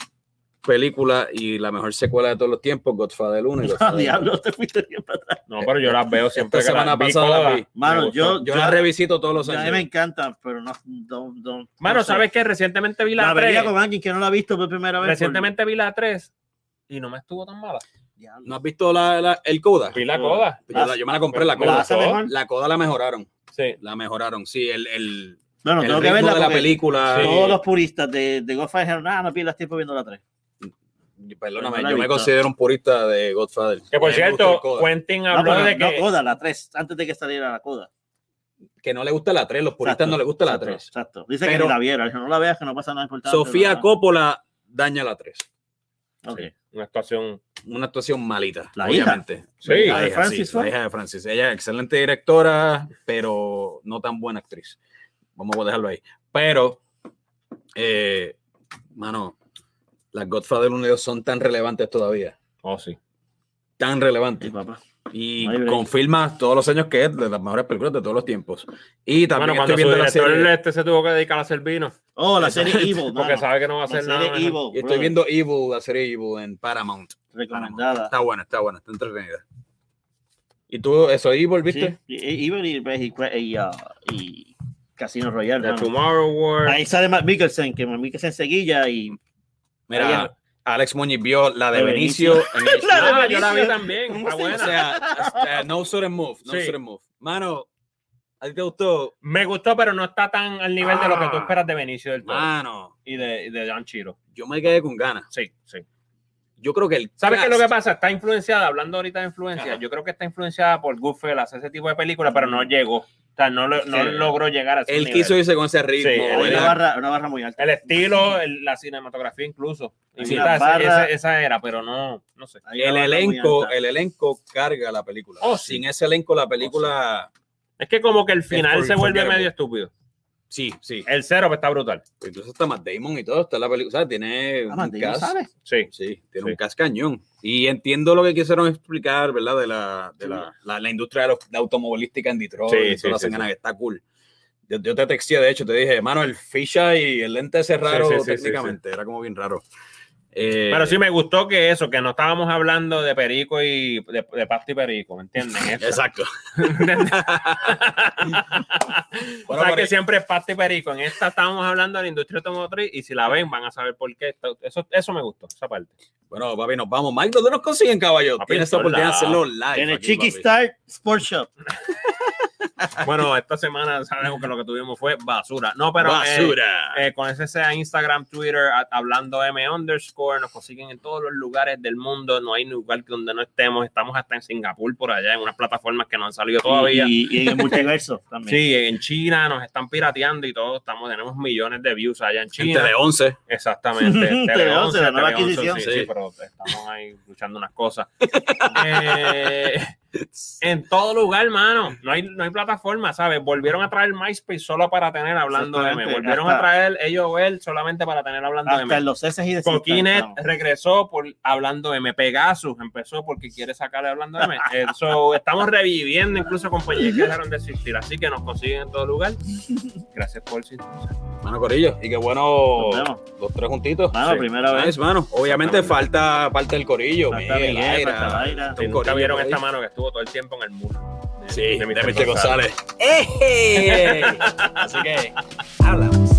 Speaker 2: película y la mejor secuela de todos los tiempos, Godfather
Speaker 4: (laughs)
Speaker 2: 1 y
Speaker 4: Ah,
Speaker 2: Godfather 2.
Speaker 4: diablo, te fuiste bien para atrás.
Speaker 3: No, pero yo las veo siempre.
Speaker 2: Esta
Speaker 3: que las
Speaker 2: semana
Speaker 3: vi
Speaker 2: pasada
Speaker 3: todas.
Speaker 2: la vi.
Speaker 4: Mano,
Speaker 3: Me gustó.
Speaker 4: yo-
Speaker 2: Yo la revisito todos los
Speaker 4: A mí
Speaker 2: años.
Speaker 4: me encantan, pero no. no, no
Speaker 3: Mano,
Speaker 4: no sé.
Speaker 3: ¿sabes qué? Recientemente vi
Speaker 4: La
Speaker 3: la
Speaker 4: vería con
Speaker 3: 3.
Speaker 4: alguien que no la ha visto por primera vez. por-
Speaker 3: Recientemente vi la 3 y no me estuvo tan mala.
Speaker 4: Diablo.
Speaker 2: ¿No has visto la, la- el Coda?
Speaker 3: Vi la
Speaker 4: Ah.
Speaker 3: coda.
Speaker 2: Yo, la- yo me la compré la
Speaker 3: Me la
Speaker 2: Coda.
Speaker 4: hace mejor.
Speaker 2: La Coda la mejoraron.
Speaker 3: Sí.
Speaker 2: La mejoraron, sí. El, el,
Speaker 4: Bueno,
Speaker 2: el
Speaker 4: tengo que
Speaker 2: ritmo
Speaker 4: verla
Speaker 2: de la
Speaker 4: porque
Speaker 2: película.
Speaker 3: Sí.
Speaker 4: Todos los puristas de, de Godfather dijeron, ah, no pierdas tiempo viendo la 3.
Speaker 2: Perdóname,
Speaker 4: No la he
Speaker 2: yo me
Speaker 4: visto.
Speaker 2: considero un purista de Godfather.
Speaker 3: Que por
Speaker 2: Me gusta el
Speaker 3: cierto,
Speaker 2: Coda.
Speaker 3: Quentin
Speaker 4: No,
Speaker 3: habló
Speaker 4: pero
Speaker 3: de
Speaker 4: no
Speaker 3: que.
Speaker 4: Coda, la 3, antes de que saliera la Coda.
Speaker 2: que no le gusta la 3, los puristas
Speaker 4: Exacto,
Speaker 2: no le gusta la
Speaker 4: exacto,
Speaker 2: 3.
Speaker 4: Exacto. Dice que
Speaker 2: Pero-
Speaker 4: ni la viera. Dijo, no la veas, que no pasa nada importante.
Speaker 2: Sofía
Speaker 4: ¿verdad?
Speaker 2: Coppola daña la 3.
Speaker 4: Ok.
Speaker 3: Sí, una actuación.
Speaker 2: Una actuación malita,
Speaker 4: la hija.
Speaker 2: obviamente.
Speaker 3: Sí.
Speaker 2: la,
Speaker 4: La de
Speaker 2: hija,
Speaker 4: Francis
Speaker 2: sí,
Speaker 4: Ford.
Speaker 2: la hija de Francis. Ella es excelente directora, pero no tan buena actriz. Vamos a dejarlo ahí. Pero, eh, mano, las Godfather 1 y 2 son tan relevantes todavía.
Speaker 3: Oh, sí.
Speaker 2: Tan
Speaker 4: Sí,
Speaker 2: relevantes.
Speaker 4: papá.
Speaker 2: Y
Speaker 4: No hay break.
Speaker 2: confirma todos los años que es de las mejores películas de todos los tiempos. Y
Speaker 3: Bueno,
Speaker 2: también
Speaker 3: cuando
Speaker 2: estoy
Speaker 3: su
Speaker 2: viendo la
Speaker 3: director
Speaker 2: serie.
Speaker 3: este se tuvo que dedicar a hacer vino,
Speaker 4: Oh, la serie
Speaker 2: (laughs)
Speaker 4: Evil.
Speaker 3: porque
Speaker 4: mano.
Speaker 3: sabe que no va a
Speaker 4: La
Speaker 3: hacer
Speaker 4: serie
Speaker 3: nada.
Speaker 4: Evil,
Speaker 3: mejor.
Speaker 2: Y estoy
Speaker 4: brother.
Speaker 2: viendo Ah, Evil, la serie Evil en Paramount.
Speaker 4: Recomendada.
Speaker 2: Está buena, está buena, está entretenida. ¿Y tú, eso Evil,
Speaker 4: Sí,
Speaker 2: viste?
Speaker 4: y- y- Evil y, y- y, ah, y Casino Royale.
Speaker 3: The
Speaker 4: mano.
Speaker 3: Tomorrow War.
Speaker 4: Ahí sale Matt Mikkelsen, que Matt Mikkelsen seguilla y
Speaker 2: Mira,
Speaker 4: Ahí en-
Speaker 2: Alex Muñiz vio la de
Speaker 4: De
Speaker 2: Benicio. en el-
Speaker 4: La de
Speaker 3: Ah, yo la vi
Speaker 4: Benicio.
Speaker 3: también. Está
Speaker 2: O
Speaker 3: buena.
Speaker 2: sea, hasta no sudden move, no
Speaker 3: Sí.
Speaker 2: sudden move. Mano, ¿a ti te gustó?
Speaker 3: Me gustó, pero no está tan al nivel de lo que tú
Speaker 2: Ah.
Speaker 3: esperas de Benicio del Toro
Speaker 4: Ah.
Speaker 2: Mano,
Speaker 3: y de, y de Don Chiro.
Speaker 2: yo me quedé con ganas.
Speaker 3: Sí, sí.
Speaker 2: Yo creo que el
Speaker 3: ¿Sabes qué es
Speaker 2: cast-
Speaker 3: lo que pasa? Está influenciada, hablando ahorita de influencia,
Speaker 2: Ajá.
Speaker 3: yo creo que está influenciada por Goodfellas, ese tipo de películas, pero no llegó. O sea, no, lo- no
Speaker 4: Sí.
Speaker 3: logró llegar a ese
Speaker 2: Él
Speaker 3: nivel.
Speaker 2: quiso irse con ese ritmo.
Speaker 3: Sí, él
Speaker 2: ¿verdad?
Speaker 4: una barra, una barra muy alta.
Speaker 3: El estilo, el- la cinematografía incluso.
Speaker 4: Sí,
Speaker 3: Invita a ese-
Speaker 4: barra-
Speaker 3: ese- esa era, pero no, no sé.
Speaker 4: Hay
Speaker 2: El
Speaker 4: una barra muy
Speaker 2: elenco,
Speaker 4: alta.
Speaker 2: el elenco carga la película.
Speaker 3: Oh, sí.
Speaker 2: Sin ese elenco, la película.
Speaker 3: Es que como que el final
Speaker 2: for-
Speaker 3: se vuelve
Speaker 2: forgettable.
Speaker 3: medio estúpido.
Speaker 2: Sí, sí.
Speaker 3: El cero pues, está brutal.
Speaker 2: Entonces está Matt Damon y todo. Está la película. o sea, Tiene
Speaker 4: Ah,
Speaker 2: un
Speaker 4: Mateo,
Speaker 2: cast.
Speaker 4: ¿sabes?
Speaker 3: Sí.
Speaker 2: Sí, tiene
Speaker 3: Sí.
Speaker 2: un cast cañón. Y entiendo lo que quisieron explicar, ¿verdad? De la, de la, la- la industria de, los- de automovilística en Detroit.
Speaker 3: Sí,
Speaker 2: y
Speaker 3: sí,
Speaker 2: toda la
Speaker 3: sí,
Speaker 2: sangana
Speaker 3: sí.
Speaker 2: que ah, está cool. Yo, yo te texté, de hecho, te dije, hermano, el ficha y el lente ese raro
Speaker 3: sí, sí, sí,
Speaker 2: técnicamente. Era como bien raro. Eh,
Speaker 3: Pero sí me gustó que eso, que no estábamos hablando de perico y de, de pasto y perico, ¿me entienden?
Speaker 2: (laughs)
Speaker 3: Eso. (laughs)
Speaker 2: Exacto.
Speaker 3: o
Speaker 2: Bueno,
Speaker 3: sea,
Speaker 2: pero-
Speaker 3: que siempre es pasto y perico. En esta estábamos hablando de la industria automotriz y si la ven van a saber por qué. Eso, eso me gustó, esa parte.
Speaker 2: Bueno, papi, nos vamos. Mike, ¿dónde nos consiguen, caballo?
Speaker 3: Papi,
Speaker 2: Tienes
Speaker 3: en todos
Speaker 2: oportunidad de hacerlo
Speaker 3: lados.
Speaker 2: live.
Speaker 4: En el
Speaker 2: aquí,
Speaker 4: Chiqui
Speaker 2: papi.
Speaker 4: Star Sports Shop.
Speaker 3: Bueno, esta semana sabemos que lo que tuvimos fue basura. No, pero... eh,
Speaker 2: Basura.
Speaker 3: Eh, con ese sea Instagram, Twitter, a- hablando M underscore, nos consiguen en todos los lugares del mundo, no hay lugar donde no estemos, estamos hasta en Singapur por allá, en unas plataformas que no han salido todavía.
Speaker 4: Y, y en
Speaker 2: (laughs)
Speaker 4: el multiverso también.
Speaker 3: Sí, en China nos están pirateando y todos estamos, tenemos millones de views allá en
Speaker 2: en
Speaker 3: China.
Speaker 2: Tele 11.
Speaker 4: (laughs)
Speaker 3: Exactamente.
Speaker 4: Tele
Speaker 3: Tele
Speaker 4: 11, la nueva
Speaker 3: Tele 11,
Speaker 4: adquisición.
Speaker 3: Sí, sí,
Speaker 2: Sí.
Speaker 3: pero estamos ahí escuchando unas cosas. Eh, en todo lugar, mano. No hay, no hay plataforma, ¿sabes? Volvieron a traer MySpace solo para tener hablando de M.
Speaker 4: Exactamente,
Speaker 3: Volvieron
Speaker 4: hasta-
Speaker 3: a traer AOL solamente para tener hablando de
Speaker 4: Hasta en
Speaker 3: M.
Speaker 4: los heces y de
Speaker 3: Coquinet regresó por hablando M. Pegasus empezó porque quiere sacarle hablando
Speaker 4: (laughs)
Speaker 3: M. Eh, so, estamos reviviendo incluso compañías que dejaron de existir. Así que nos consiguen en todo lugar. Gracias por sintonizar.
Speaker 2: Mano Corillo. Y qué bueno.
Speaker 4: Nos vemos.
Speaker 2: Los tres juntitos.
Speaker 4: Mano, primera vez.
Speaker 2: Nice, mano. Obviamente falta parte del Corillo.
Speaker 4: Falta
Speaker 2: Miguel,
Speaker 4: Miguel,
Speaker 2: Aira.
Speaker 4: falta Laira.
Speaker 3: Nunca
Speaker 2: Tengo- Corillo
Speaker 3: vieron
Speaker 2: por ahí.
Speaker 3: esta mano que estuvo todo el tiempo en el muro.
Speaker 2: Sí, de Mr. González. Así que, hablamos.